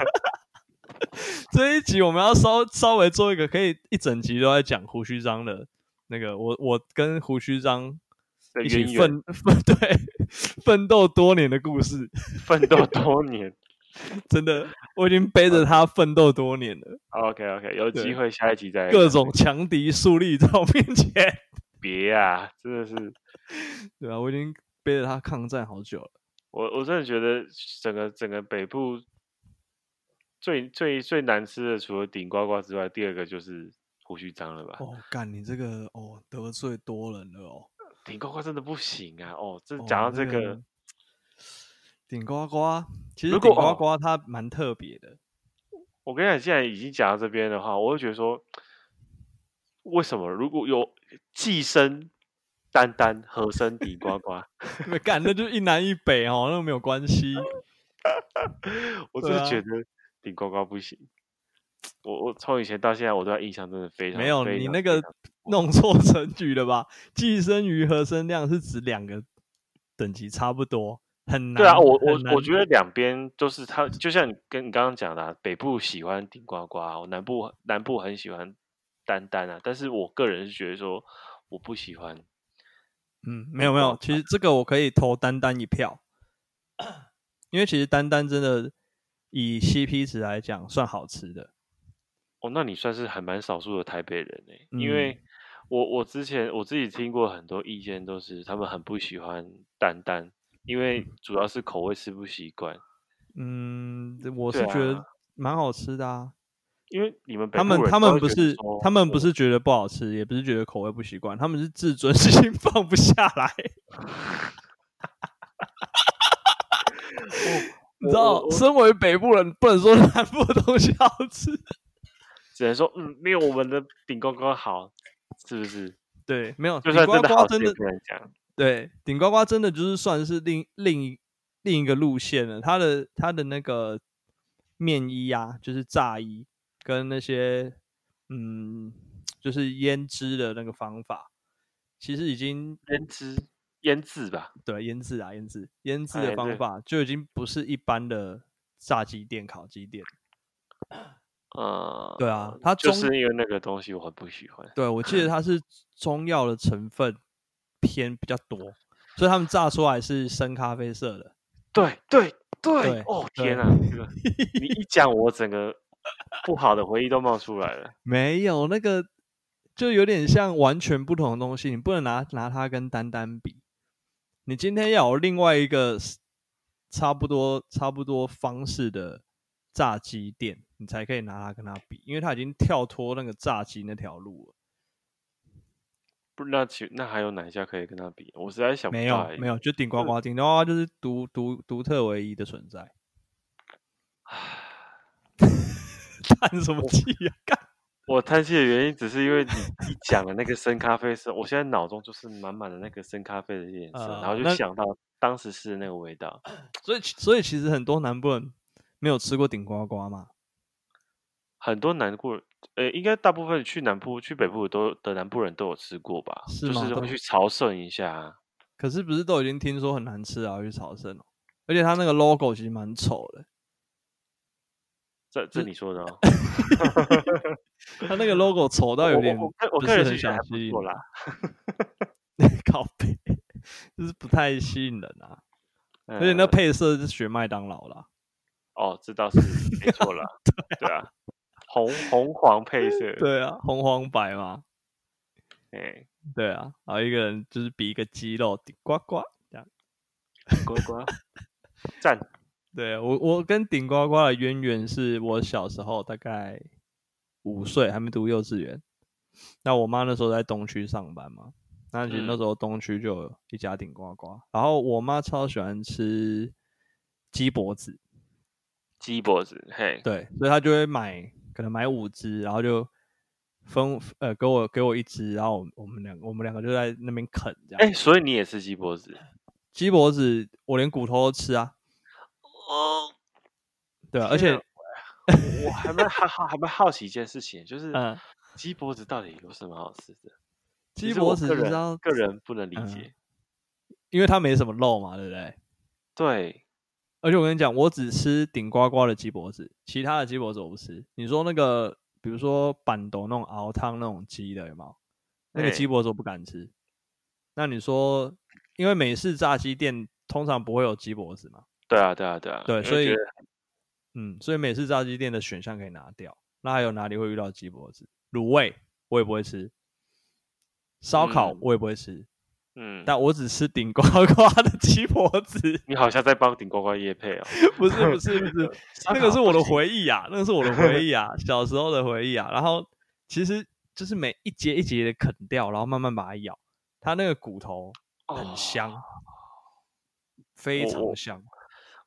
Speaker 1: *laughs* 这一集我们要稍稍微做一个可以一整集都在讲胡须章的那个，我我跟胡须章
Speaker 2: 的
Speaker 1: 一
Speaker 2: 渊
Speaker 1: 起
Speaker 2: 源
Speaker 1: 奋奋对奋斗多年的故事，
Speaker 2: 奋斗多年。
Speaker 1: 真的我已经背着他奋斗多年了。
Speaker 2: OK OK，有
Speaker 1: 对
Speaker 2: 机会下一集再来
Speaker 1: 各
Speaker 2: 讲
Speaker 1: 种强敌树立在我面前， *laughs*
Speaker 2: 别啊，真的是。
Speaker 1: 对啊，我已经背着他抗战好久了。
Speaker 2: 我我真的觉得整个整个北部最最最难吃的，除了顶呱呱之外，第二个就是胡须章了吧？
Speaker 1: 哦，干你这个哦，得罪多人了哦。
Speaker 2: 顶呱呱真的不行啊！哦，这
Speaker 1: 哦
Speaker 2: 讲到这
Speaker 1: 那
Speaker 2: 个，
Speaker 1: 个顶呱呱，其实
Speaker 2: 如
Speaker 1: 顶
Speaker 2: 果
Speaker 1: 呱
Speaker 2: 哦
Speaker 1: 呱它蛮特别的，
Speaker 2: 我跟你讲，既然已经讲到这边的话，我就觉得说，为什么如果有寄生丹丹和声顶呱呱， *laughs*
Speaker 1: 没干，那就一南一北哦，那没有关系。
Speaker 2: 我
Speaker 1: 对
Speaker 2: 真的
Speaker 1: 啊
Speaker 2: 觉得顶呱呱不行。我我从以前到现在，我对他印象真的非常
Speaker 1: 没有，
Speaker 2: 非
Speaker 1: 你
Speaker 2: 常
Speaker 1: 那
Speaker 2: 非
Speaker 1: 个
Speaker 2: 常
Speaker 1: 弄 *laughs* 错成语了吧？寄生鱼和声量是指两个等级差不多，很难。
Speaker 2: 对啊，我
Speaker 1: 很
Speaker 2: 我
Speaker 1: 难
Speaker 2: 我觉得两边都是他，就像你跟你刚刚讲的、啊，北部喜欢顶呱呱，我南部南部很喜欢丹丹啊，但是我个人是觉得说我不喜欢，
Speaker 1: 嗯，没有没有，其实这个我可以投丹丹一票，因为其实丹丹真的以 CP 值来讲算好吃的。
Speaker 2: 哦，那你算是还蛮少数的台北人呢、因
Speaker 1: 嗯
Speaker 2: 为我我之前我自己听过很多意见，都是他们很不喜欢丹丹，因为主要是口味吃不习惯，
Speaker 1: 嗯，我是
Speaker 2: 对
Speaker 1: 觉得
Speaker 2: 啊
Speaker 1: 蛮好吃的啊。
Speaker 2: 因为你们北
Speaker 1: 他
Speaker 2: 部
Speaker 1: 们
Speaker 2: 人
Speaker 1: 他
Speaker 2: 都
Speaker 1: 们
Speaker 2: 会
Speaker 1: 不
Speaker 2: 觉得
Speaker 1: 是
Speaker 2: 说嗯
Speaker 1: 他们不
Speaker 2: 我
Speaker 1: 是觉得不好吃，也不是觉得口味不习惯，他们是自尊心 *laughs* 放不下来。你知
Speaker 2: 我
Speaker 1: 道，身为北部人，不能说南部的东西好吃。
Speaker 2: 只能说嗯，没有我们的顶呱呱好，是不是？
Speaker 1: 对，没有
Speaker 2: 就
Speaker 1: 顶
Speaker 2: 算
Speaker 1: 呱
Speaker 2: 真的好
Speaker 1: 呱
Speaker 2: 吃，
Speaker 1: 真
Speaker 2: 也
Speaker 1: 的
Speaker 2: 不能讲。
Speaker 1: 对顶呱呱真的就是算是另另一另一个路线了。它的它的那个面衣啊，就是炸衣跟那些嗯，就是腌制的那个方法，其实已经
Speaker 2: 腌制腌制吧，
Speaker 1: 对，腌制啊，腌制，腌制
Speaker 2: 哎
Speaker 1: 的方
Speaker 2: 对
Speaker 1: 法就已经不是一般的炸鸡店、烤鸡店。
Speaker 2: 呃，
Speaker 1: 对啊，它
Speaker 2: 哦就
Speaker 1: 中、
Speaker 2: 是因为那个东西我很不喜欢。
Speaker 1: 对我记
Speaker 2: *clears throat*
Speaker 1: 得它是中药的成分偏比较多，所以他们炸出来是深咖啡色的。
Speaker 2: 对对
Speaker 1: 对
Speaker 2: 对，哦
Speaker 1: 对
Speaker 2: 天啊，这个你一讲，我
Speaker 1: *laughs*
Speaker 2: 整个不好的回忆都冒出来了。
Speaker 1: 没有那个，就有点像完全不同的东西，你不能拿拿它跟丹丹比。你今天要有另外一个 s- 差不多差不多方式的炸鸡店，你才可以拿它跟它比，因为它已经跳脱那个炸鸡那条路了。
Speaker 2: 不，那其那还有哪一家可以跟他比？我实在想不
Speaker 1: 没
Speaker 2: 到
Speaker 1: 有
Speaker 2: 欸。
Speaker 1: 没有，就顶呱呱，顶呱呱就是独独独特唯一的存在。 *laughs* 叹什么气呀、干
Speaker 2: 我叹气的原因只是因为你一讲了那个深咖啡色，我现在脑中就是满满的那个深咖啡的颜色，然后
Speaker 1: 呃
Speaker 2: 就
Speaker 1: 那
Speaker 2: 想到当时是那个味道。
Speaker 1: 所以其所以其实很多南部人没有吃过顶呱呱嘛，
Speaker 2: 很多南部人，呃，应该大部分去南部、去北部都的南部人都有吃过吧？
Speaker 1: 是
Speaker 2: 就
Speaker 1: 吗
Speaker 2: 是
Speaker 1: 都
Speaker 2: 会去朝圣一下啊。
Speaker 1: 可是不是都已经听说很难吃啊？去朝圣哦，而且它那个 logo 其实蛮丑的，
Speaker 2: 这这
Speaker 1: 是
Speaker 2: 你说
Speaker 1: *laughs*
Speaker 2: 的哦，
Speaker 1: 它那个 logo 丑到
Speaker 2: 我
Speaker 1: 有
Speaker 2: 我 *laughs*
Speaker 1: 点 *laughs*
Speaker 2: 我个我
Speaker 1: 不
Speaker 2: 个
Speaker 1: 是
Speaker 2: 人
Speaker 1: 很
Speaker 2: 是觉
Speaker 1: 想
Speaker 2: 得还不
Speaker 1: 吸引
Speaker 2: 错
Speaker 1: 人
Speaker 2: 啦。
Speaker 1: 靠背，就是不太吸引人啊。
Speaker 2: 而
Speaker 1: 而且
Speaker 2: 嗯
Speaker 1: 那配色是学麦当劳啦，
Speaker 2: 呃哦，这倒是没
Speaker 1: *laughs*
Speaker 2: 错啦，对啊，红红黄配色，
Speaker 1: 对啊，红黄白嘛，
Speaker 2: 哎，
Speaker 1: 对啊，然后一个人就是比一个肌肉顶呱呱这样。
Speaker 2: 呱呱，赞，
Speaker 1: 对我我跟顶呱呱的渊源是我小时候大概五岁还没读幼稚园，那我妈那时候在东区上班嘛，那其实
Speaker 2: 嗯
Speaker 1: 那时候东区就有一家顶呱呱，然后我妈超喜欢吃鸡脖子，
Speaker 2: 鸡脖子，嘿，
Speaker 1: 对，啊所以她就会买可能买五只，然后就分呃给我给我一只，然后我我们两个我们两个就在那边啃这样，
Speaker 2: 哎，所以你也吃鸡脖子
Speaker 1: 鸡脖子我连骨头都吃啊，
Speaker 2: 哦？
Speaker 1: 对啊，而
Speaker 2: 天
Speaker 1: 且
Speaker 2: 哪我我还蛮还好还蛮好奇一件事情，就
Speaker 1: *laughs*
Speaker 2: 是
Speaker 1: 嗯，
Speaker 2: 鸡脖子到底有什么好吃的？啊其
Speaker 1: 鸡
Speaker 2: 实我
Speaker 1: 脖子
Speaker 2: 个
Speaker 1: 你知
Speaker 2: 人
Speaker 1: 道，
Speaker 2: 个人不能理
Speaker 1: 嗯
Speaker 2: 解，
Speaker 1: 因为它没什么肉嘛，对不对？
Speaker 2: 对，
Speaker 1: 而且我跟你讲，我只吃顶呱呱的鸡脖子，其他的鸡脖子我不吃。你说那个，比如说板豆那种熬汤那种鸡的，有没有？那个
Speaker 2: 哎
Speaker 1: 鸡脖子我不敢吃。那你说，因为美式炸鸡店通常不会有鸡脖子嘛，
Speaker 2: 对啊对啊对啊，
Speaker 1: 对
Speaker 2: 因为
Speaker 1: 所
Speaker 2: 觉
Speaker 1: 以
Speaker 2: 得
Speaker 1: 嗯，所以美式炸鸡店的选项可以拿掉。那还有哪里会遇到鸡脖子？卤味我也不会吃，烧烤
Speaker 2: 嗯
Speaker 1: 我也不会吃，
Speaker 2: 嗯，
Speaker 1: 但我只吃顶呱 *laughs* 呱的鸡脖子。
Speaker 2: 你好像在帮顶呱呱夜配哦，
Speaker 1: 不是不是不是，那个是我的回忆啊，那个是我的回忆啊，小时候的回忆啊。然后其实就是每一节一节的啃掉，然后慢慢把它咬， *laughs* 它那个骨头很
Speaker 2: 哦
Speaker 1: 香，非
Speaker 2: 我
Speaker 1: 常
Speaker 2: 我
Speaker 1: 香。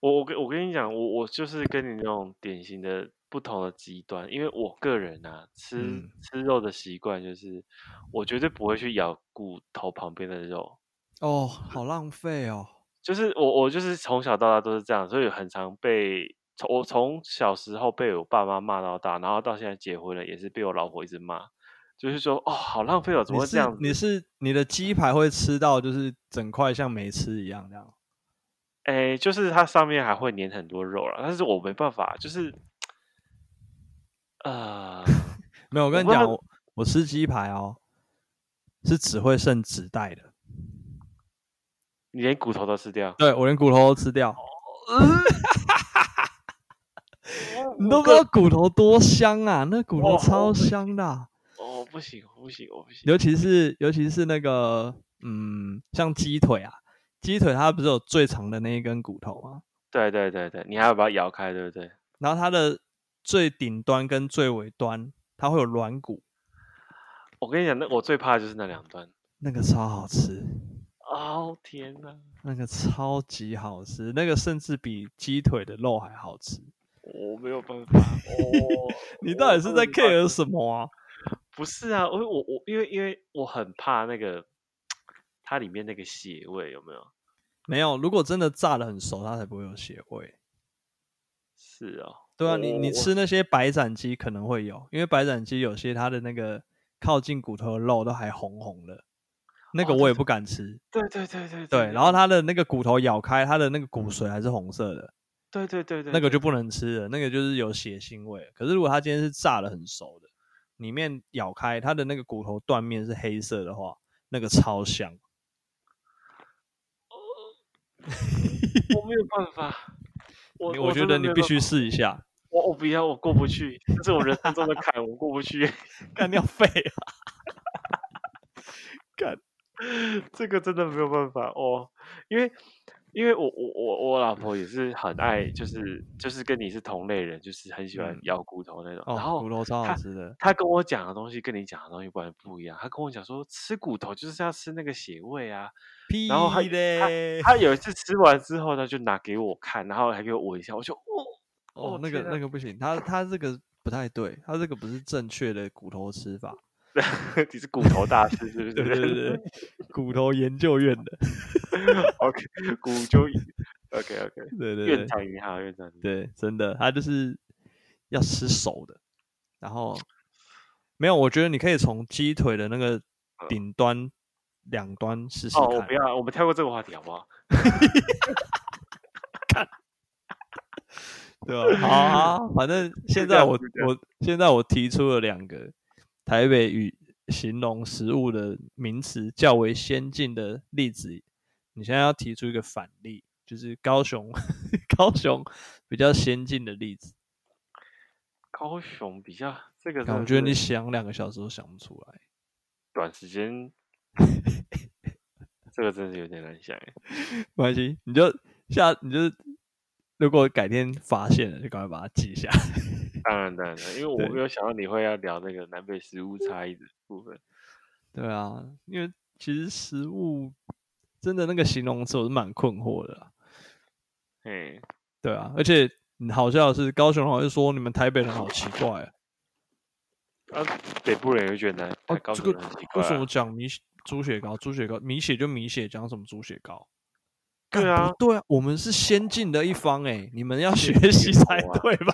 Speaker 2: 我我跟我跟你讲，我我就是跟你那种典型的不同的极端，因为我个人啊，吃、
Speaker 1: 嗯
Speaker 2: 吃肉的习惯就是，我绝对不会去咬骨头旁边的肉，
Speaker 1: 哦，好浪费哦。
Speaker 2: 就是我我就是从小到大都是这样，所以很常被从我从小时候被我爸妈骂到大，然后到现在结婚了也是被我老婆一直骂，就是说哦好浪费哦，怎
Speaker 1: 你
Speaker 2: 么会
Speaker 1: 是
Speaker 2: 这样子？
Speaker 1: 你是你的鸡排会吃到就是整块像没吃一样这样。
Speaker 2: 哎，就是它上面还会粘很多肉了，但是我没办法，就是，呃，
Speaker 1: 没有，我跟你
Speaker 2: 不知
Speaker 1: 讲，
Speaker 2: 道
Speaker 1: 我我吃鸡排哦，是只会剩纸袋的。
Speaker 2: 你连骨头都吃掉，
Speaker 1: 对我连骨头都吃掉，
Speaker 2: 哦
Speaker 1: 你都不知道骨头多香啊！那骨头
Speaker 2: 哇
Speaker 1: 超
Speaker 2: 我
Speaker 1: 香的啊、
Speaker 2: 哦，不行，我不行，我不行，
Speaker 1: 尤其是尤其是那个嗯，像鸡腿啊，鸡腿它不是有最长的那一根骨头吗？
Speaker 2: 对对对对，你还要把它咬开，对不对？
Speaker 1: 然后它的最顶端跟最尾端，它会有软骨，
Speaker 2: 我跟你讲，那我最怕的就是那两端，
Speaker 1: 那个超好吃，
Speaker 2: 哦天哪，
Speaker 1: 那个超级好吃，那个甚至比鸡腿的肉还好吃。，
Speaker 2: 我没有办 *laughs* 法，哦
Speaker 1: 你到底是在
Speaker 2: 我根本没办
Speaker 1: care 什么啊？
Speaker 2: 不是啊，我我我，因为因为我很怕那个它里面那个血味有没有？
Speaker 1: 没有，如果真的炸的很熟，它才不会有血味。
Speaker 2: 是哦，
Speaker 1: 对啊，
Speaker 2: 我
Speaker 1: 你你
Speaker 2: 我
Speaker 1: 吃那些白斩鸡可能会有，因为白斩鸡有些它的那个靠近骨头的肉都还红红的，那个
Speaker 2: 哦
Speaker 1: 我也
Speaker 2: 对
Speaker 1: 不敢吃。
Speaker 2: 对对对对
Speaker 1: 对，然后它的那个骨头咬开，它的那个骨髓还是红色的，
Speaker 2: 对对对对，
Speaker 1: 那个
Speaker 2: 对
Speaker 1: 就不能吃了，那个就是有血腥味。可是如果它今天是炸的很熟的，里面咬开它的那个骨头断面是黑色的话，那个超香。
Speaker 2: 我没有办法，我
Speaker 1: 你
Speaker 2: 我
Speaker 1: 觉
Speaker 2: 真
Speaker 1: 得
Speaker 2: 的
Speaker 1: 你
Speaker 2: 没有
Speaker 1: 必
Speaker 2: 办
Speaker 1: 须
Speaker 2: 法
Speaker 1: 试一下，
Speaker 2: 我我不要，我过不去，这是我人生中的坎，我过不去，
Speaker 1: 干 *laughs* 掉肺啊！
Speaker 2: *laughs* 这个真的没有办法哦，因为因为我我我我老婆也是很爱，就是就是跟你是同类人，就是很喜欢
Speaker 1: 嗯
Speaker 2: 咬骨头那种，然
Speaker 1: 哦，
Speaker 2: 后
Speaker 1: 骨头超好
Speaker 2: 它
Speaker 1: 吃的。
Speaker 2: 他跟我讲的东西跟你讲的东西完全不一样。他跟我讲说，吃骨头就是要吃那个血味 *laughs* 啊。
Speaker 1: 屁
Speaker 2: 然后还
Speaker 1: 嘞！
Speaker 2: 他有一次吃完之后，他就拿给我看，然后还给我闻一下，我就哦， *laughs*
Speaker 1: 哦
Speaker 2: 哦，
Speaker 1: 那个
Speaker 2: 天啊
Speaker 1: 那个不行，他他这个不太对，他这个不是正确的骨头吃
Speaker 2: *laughs*
Speaker 1: 法。
Speaker 2: 你是骨头大师是不是？
Speaker 1: 对对对对， *laughs* 骨头研究院的，
Speaker 2: ，OK，骨 *laughs* 就 OK OK，
Speaker 1: 对对
Speaker 2: 院
Speaker 1: 对
Speaker 2: 长你好，院长你好
Speaker 1: 对，真的，他就是要吃熟的。然后没有，我觉得你可以从鸡腿的那个顶端两端试试
Speaker 2: 呃哦，我
Speaker 1: 看
Speaker 2: 不。要，我们跳过这个话题好不好？
Speaker 1: 对
Speaker 2: *laughs*
Speaker 1: 吧？好啊，反正现
Speaker 2: 这
Speaker 1: 在
Speaker 2: 样
Speaker 1: 我
Speaker 2: 就这样
Speaker 1: 我现在我提出了两个台北语形容食物的名词较为先进的例子，你现在要提出一个反例，就是高雄 *laughs* 高雄比较先进的例子。
Speaker 2: 高雄比较这个真的
Speaker 1: 我觉得
Speaker 2: 是
Speaker 1: 你想两个小时都想不出来。
Speaker 2: 短时
Speaker 1: *laughs*
Speaker 2: 间，这个真是有点难想哎。
Speaker 1: 没关系，你就下你就如果改天发现了，就赶快把它记下。 *laughs*
Speaker 2: 当然当然，因为我
Speaker 1: 对
Speaker 2: 没有想到你会要聊那个南北食物差异的部分。
Speaker 1: 对啊，因为其实食物真的那个形容词我是蛮困惑的啦。啊
Speaker 2: 嘿，
Speaker 1: 对啊，而且嗯好笑的是，高雄人好像说你们台北人好奇怪啊，
Speaker 2: 啊，北部人也会觉得南
Speaker 1: 哦
Speaker 2: 高
Speaker 1: 这个
Speaker 2: 雄人很奇怪
Speaker 1: 为
Speaker 2: 啊、
Speaker 1: 什么讲米血猪血糕？猪血糕米血就米血，讲什么猪血糕？干
Speaker 2: 对啊
Speaker 1: 不对啊，我们是先进的一方哎、你们要学
Speaker 2: 先进
Speaker 1: 习
Speaker 2: 一方
Speaker 1: 才
Speaker 2: 啊
Speaker 1: 对
Speaker 2: *laughs*
Speaker 1: 吧？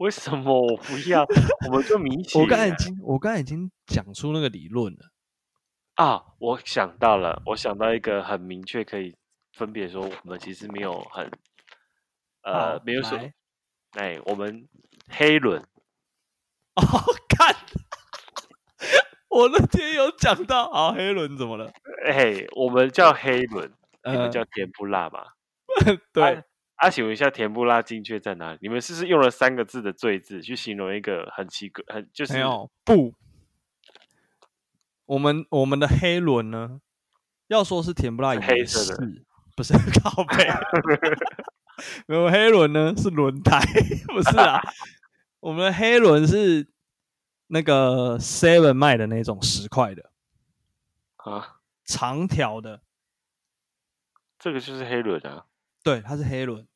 Speaker 2: 为什么我不要？我们就啊明显、
Speaker 1: 我刚才已经我刚才已经讲出那个理论了，
Speaker 2: 啊，我想到了，我想到一个很明确可以分别说，我们其实没有很呃
Speaker 1: 好
Speaker 2: 没有什么
Speaker 1: 来， *laughs*
Speaker 2: 哎，我们黑轮
Speaker 1: 哦，看， *laughs* 我那天有讲到啊，黑轮怎么了？
Speaker 2: 哎，我们叫黑轮，你
Speaker 1: 呃
Speaker 2: 们，叫甜不辣嘛？
Speaker 1: 对，
Speaker 2: 啊啊，请问一下，甜不辣精确在哪里？你们是不是用了三个字的“罪”字去形容一个很奇怪、很就是
Speaker 1: 没有不，我们我们的黑轮呢，要说是甜不辣
Speaker 2: 是
Speaker 1: 也
Speaker 2: 黑
Speaker 1: 是，
Speaker 2: 色的
Speaker 1: 不是 *laughs* 靠
Speaker 2: *laughs*
Speaker 1: 背？没有黑轮呢是轮胎，不是啊。我们的黑轮是那个 Seven 卖的那种十块的
Speaker 2: 啊？
Speaker 1: 长条的，
Speaker 2: 这个就是黑轮啊！
Speaker 1: 对，它是黑轮，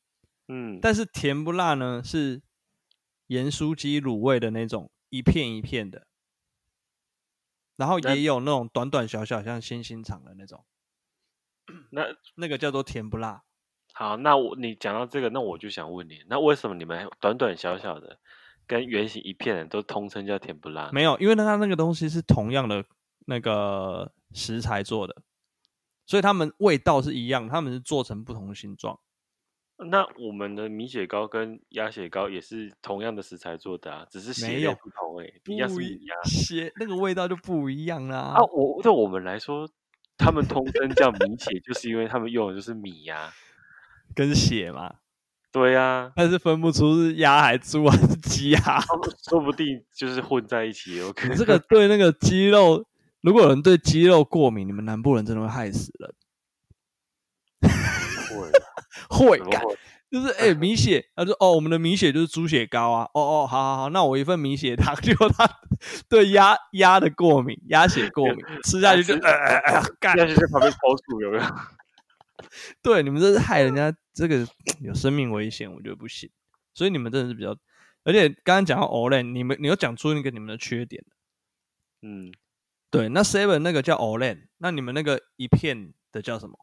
Speaker 2: 嗯，
Speaker 1: 但是甜不辣呢是盐酥鸡卤味的那种，一片一片的，然后
Speaker 2: 那
Speaker 1: 也有那种短短小小像星星肠的那种，
Speaker 2: 那
Speaker 1: 那个叫做甜不辣。
Speaker 2: 好，那我你讲到这个，那我就想问你，那为什么你们短短小小的跟圆形一片的都通称叫甜不辣？
Speaker 1: 没有，因为它那个东西是同样的那个食材做的，所以它们味道是一样，它们是做成不同形状。
Speaker 2: 那我们的米血糕跟鸭血糕也是同样的食材做的啊，只是
Speaker 1: 没
Speaker 2: 血
Speaker 1: 有
Speaker 2: 类不同哎、一样是米
Speaker 1: 一
Speaker 2: 鸭
Speaker 1: 些那个味道就不一样啦
Speaker 2: 啊。。我对我们来说，他们通称叫米血，就是因为他们用的就是米呀、
Speaker 1: 跟血嘛，
Speaker 2: 对呀、
Speaker 1: 但是分不出是鸭还猪还是鸡啊。
Speaker 2: 他们说不定就是混在一起也有可
Speaker 1: 你
Speaker 2: *laughs* 能。
Speaker 1: 这个对那个鸡肉，如果有人对鸡肉过敏，你们南部人真的会害死人。
Speaker 2: 混
Speaker 1: 会
Speaker 2: 怎么
Speaker 1: 干 *laughs*
Speaker 2: 会
Speaker 1: 就是哎、欸米血，他说哦，我们的米血就是猪血糕啊，哦哦，好好好，那我一份米血汤， *laughs* 结果他对鸭鸭的过敏，鸭血过敏，吃下去就呃呃呃干，
Speaker 2: 要是在旁边抽搐有没有？
Speaker 1: 对，你们这是害人家这个有生命危险，我觉得不行。所以你们真的是比较，而且刚刚讲到 Olen，你们你又讲出那个你们的缺点，
Speaker 2: 嗯，
Speaker 1: 对，那 Seven 那个叫 Olen，那你们那个一片的叫什么？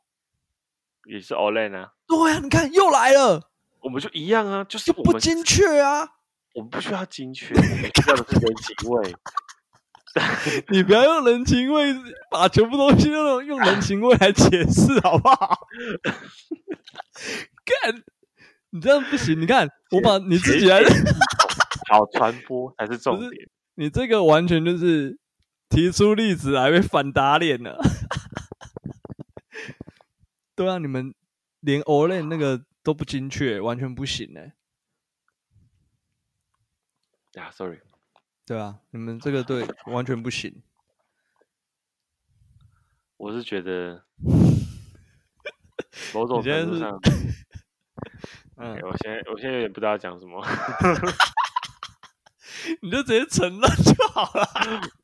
Speaker 2: 也是 Olen 啊，
Speaker 1: 对啊，你看又来了，
Speaker 2: 我们就一样啊，就是
Speaker 1: 就
Speaker 2: 我
Speaker 1: 不
Speaker 2: 们
Speaker 1: 精确啊！
Speaker 2: 我们不需要精确，我们需要的是人情味。
Speaker 1: *laughs* 你不要用人情味把全部东西都用用人情味来解释，好不好？ *laughs* 干，你这样不行。你看，我把你自己来，
Speaker 2: 好传播才是重
Speaker 1: 不是
Speaker 2: 点。
Speaker 1: *laughs* 你这个完全就是提出例子来被反打脸了。 *laughs* 对啊，你们连 Olen 那个都不精确，完全不行欸呢、
Speaker 2: 啊，sorry，
Speaker 1: 对啊，你们这个对完全不行。
Speaker 2: 我是觉得某种
Speaker 1: 你现在
Speaker 2: 程度
Speaker 1: 是
Speaker 2: 上，
Speaker 1: 嗯
Speaker 2: OK，我现在我现在有点不知道讲什么。 *laughs*
Speaker 1: 你就直接承认就好了。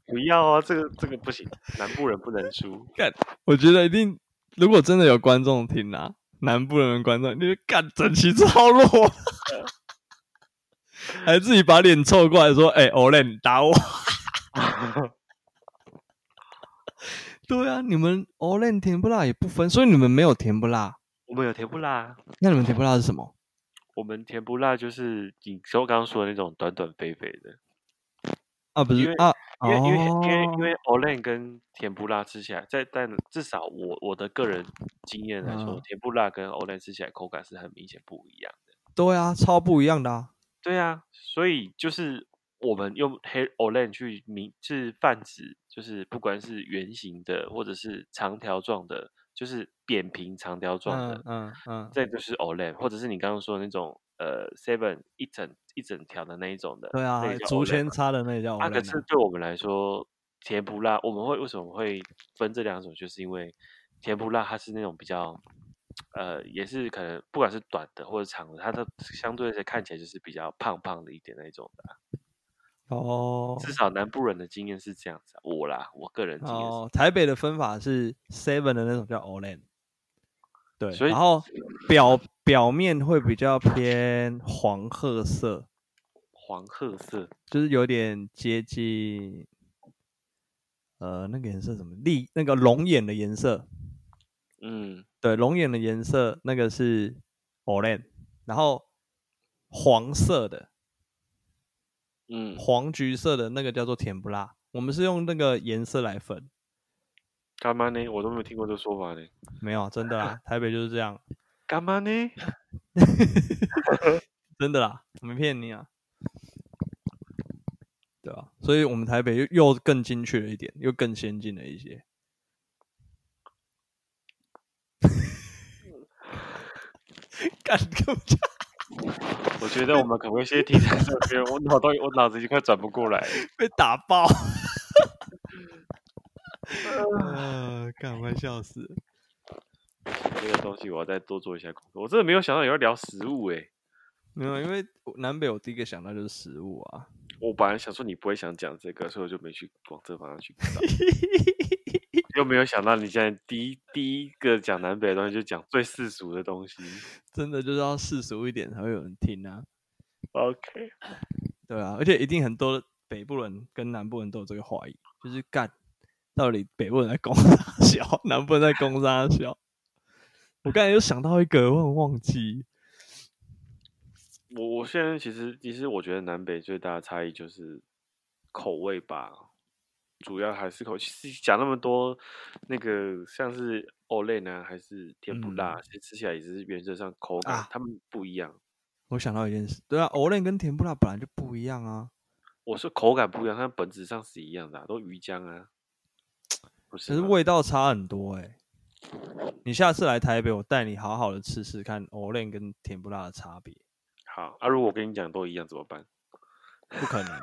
Speaker 2: 不要啊，这个这个不行，南部人不能输。
Speaker 1: 我觉得一定，如果真的有观众听啊，南部人的观众，你就干整齐超弱， *laughs* 还自己把脸凑过来说：“哎、o l e n
Speaker 2: *laughs*
Speaker 1: 打我。”对啊，你们 Olen 甜不辣也不分，所以你们没有甜不辣。
Speaker 2: 我们有甜不辣，
Speaker 1: 那你们甜不辣是什么？
Speaker 2: 我们甜不辣就是你说刚刚说的那种短短肥肥的，
Speaker 1: 啊，不
Speaker 2: 因
Speaker 1: 是
Speaker 2: 为
Speaker 1: 啊，
Speaker 2: 因为因为因为因
Speaker 1: 哦
Speaker 2: 为 Olen 跟甜不辣吃起来，在但至少我我的个人经验来说，
Speaker 1: 嗯
Speaker 2: 甜不辣跟 Olen 吃起来口感是很明显不一样。
Speaker 1: 对啊，超不一样的啊。
Speaker 2: 对啊，所以就是我们用黑 Olen 去明是泛指，就是不管是圆形的或者是长条状的，就是扁平长条状的
Speaker 1: 嗯，嗯嗯，
Speaker 2: 再就是 Olen，或者是你刚刚说的那种呃 Seven 一整一整条的那一种的，
Speaker 1: 对啊
Speaker 2: 那也，叫
Speaker 1: 竹
Speaker 2: Olen
Speaker 1: 签
Speaker 2: 嘛
Speaker 1: 插的那也叫 Olen
Speaker 2: 啊，
Speaker 1: 啊。
Speaker 2: 可是对我们来说，甜不辣我们会为什么会分这两种，就是因为甜不辣它是那种比较，呃，也是可能不管是短的或者长的，它都相对的看起来就是比较胖胖的一点那种的啊、
Speaker 1: 哦，
Speaker 2: 至少南部人的经验是这样子啊、我啦，我个人经验是，
Speaker 1: 哦，台北的分法是 Seven 的那种叫 Olen，对，
Speaker 2: 所以
Speaker 1: 然后表表面会比较偏黄褐色，
Speaker 2: 黄褐色，
Speaker 1: 就是有点接近呃那个颜色什么丽那个龙眼的颜色，
Speaker 2: 嗯，
Speaker 1: 对，龙眼的颜色那个是 Olen，然后黄色的
Speaker 2: 嗯，
Speaker 1: 黄橘色的那个叫做甜不辣，我们是用那个颜色来分。
Speaker 2: 干嘛呢？我都没有听过这个说法呢。
Speaker 1: 没有，啊真的
Speaker 2: *laughs*
Speaker 1: 啦，台北就是这样，
Speaker 2: 干嘛呢？
Speaker 1: 真的啦，我没骗你啊，对啊，所以我们台北又又更精确了一点，又更先进了一些。 *laughs* 干干嘛
Speaker 2: 我
Speaker 1: *laughs*
Speaker 2: 觉得我们可不可以先停在这边？我脑袋我脑子已经快转不
Speaker 1: *laughs*
Speaker 2: 过来了。
Speaker 1: 被打爆！呃，干快笑死了！
Speaker 2: 这个东西我要再多做一下功课。我真的没有想到也要聊食物诶、
Speaker 1: 没有，因为我南北我第一个想到就是食物啊。
Speaker 2: 我本来想说你不会想讲这个，所以我就没去往这方向去找。又没有想到你现在第一第一个讲南北的东西，就讲最世俗的东
Speaker 1: *laughs*
Speaker 2: 西。
Speaker 1: 真的就是要世俗一点才会有人听啊，
Speaker 2: OK，
Speaker 1: 对啊，而且一定很多北部人跟南部人都有这个怀疑，就是干到底北部人在攻啥小，南部人在攻啥小。我刚才又想到一个，我很忘记，
Speaker 2: 我我现在其实其实我觉得南北最大的差异就是口味吧，主要还是口。其实讲那么多，那个像是 Olay 呢，还是甜不辣，其实吃起来也是原则上口
Speaker 1: 嗯
Speaker 2: 感、
Speaker 1: 啊
Speaker 2: 他们不一样。
Speaker 1: 我想到一件事，对啊，藕莲跟甜不辣本来就不一样啊，
Speaker 2: 我说口感不一样，但本质上是一样的、啊，都鱼浆啊，不啊是
Speaker 1: 可是
Speaker 2: 吗
Speaker 1: 味道差很多哎、你下次来台北，我带你好好的吃吃看藕莲跟甜不辣的差别，
Speaker 2: 好啊。如果我跟你讲都一样怎么办？
Speaker 1: 不可能，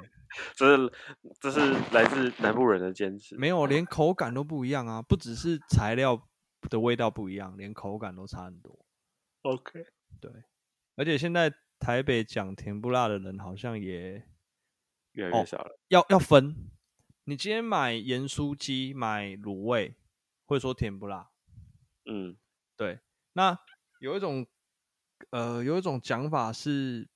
Speaker 2: 这是这是来自南部人的坚持。
Speaker 1: 没有，连口感都不一样啊，不只是材料的味道不一样，连口感都差很多。
Speaker 2: OK，
Speaker 1: 而且现在台北讲甜不辣的人好像也
Speaker 2: 越来越
Speaker 1: 哦
Speaker 2: 少了。
Speaker 1: 要要分。你今天买盐酥鸡、买卤味，会说甜不辣。
Speaker 2: 嗯，
Speaker 1: 对，那有一种呃，有一种讲法是，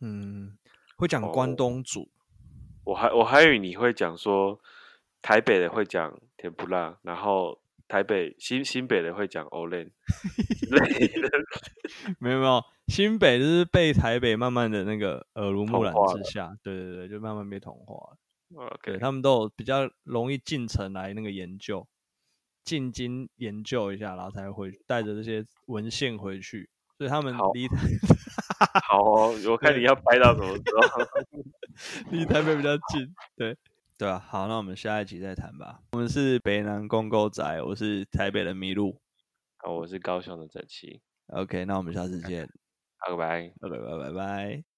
Speaker 1: 嗯，会讲
Speaker 2: 哦
Speaker 1: 关东煮。 *laughs*
Speaker 2: 我还我还以为你会讲说，台北的会讲甜不辣，然后台北新新北的会讲 Olen 之类的
Speaker 1: 没有没有，新北就是被台北慢慢的那个耳濡目
Speaker 2: 同
Speaker 1: 染
Speaker 2: 化
Speaker 1: 之下，对对对，就慢慢被同化了。对
Speaker 2: OK，
Speaker 1: 他们都有比较容易进城来那个研究，进京研究一下，然后才会带着这些文献回去。所以他们
Speaker 2: 好
Speaker 1: 离台 *laughs*
Speaker 2: 好哦，我看你要掰到什么时候。
Speaker 1: 离台北比较近，对对啊。好，那我们下一集再谈吧。我们是北南公狗仔，我是台北的麋鹿。
Speaker 2: 好，我是高雄的整齐，
Speaker 1: *laughs* OK，那我们下次见。
Speaker 2: 好，拜拜。
Speaker 1: OK，拜拜拜。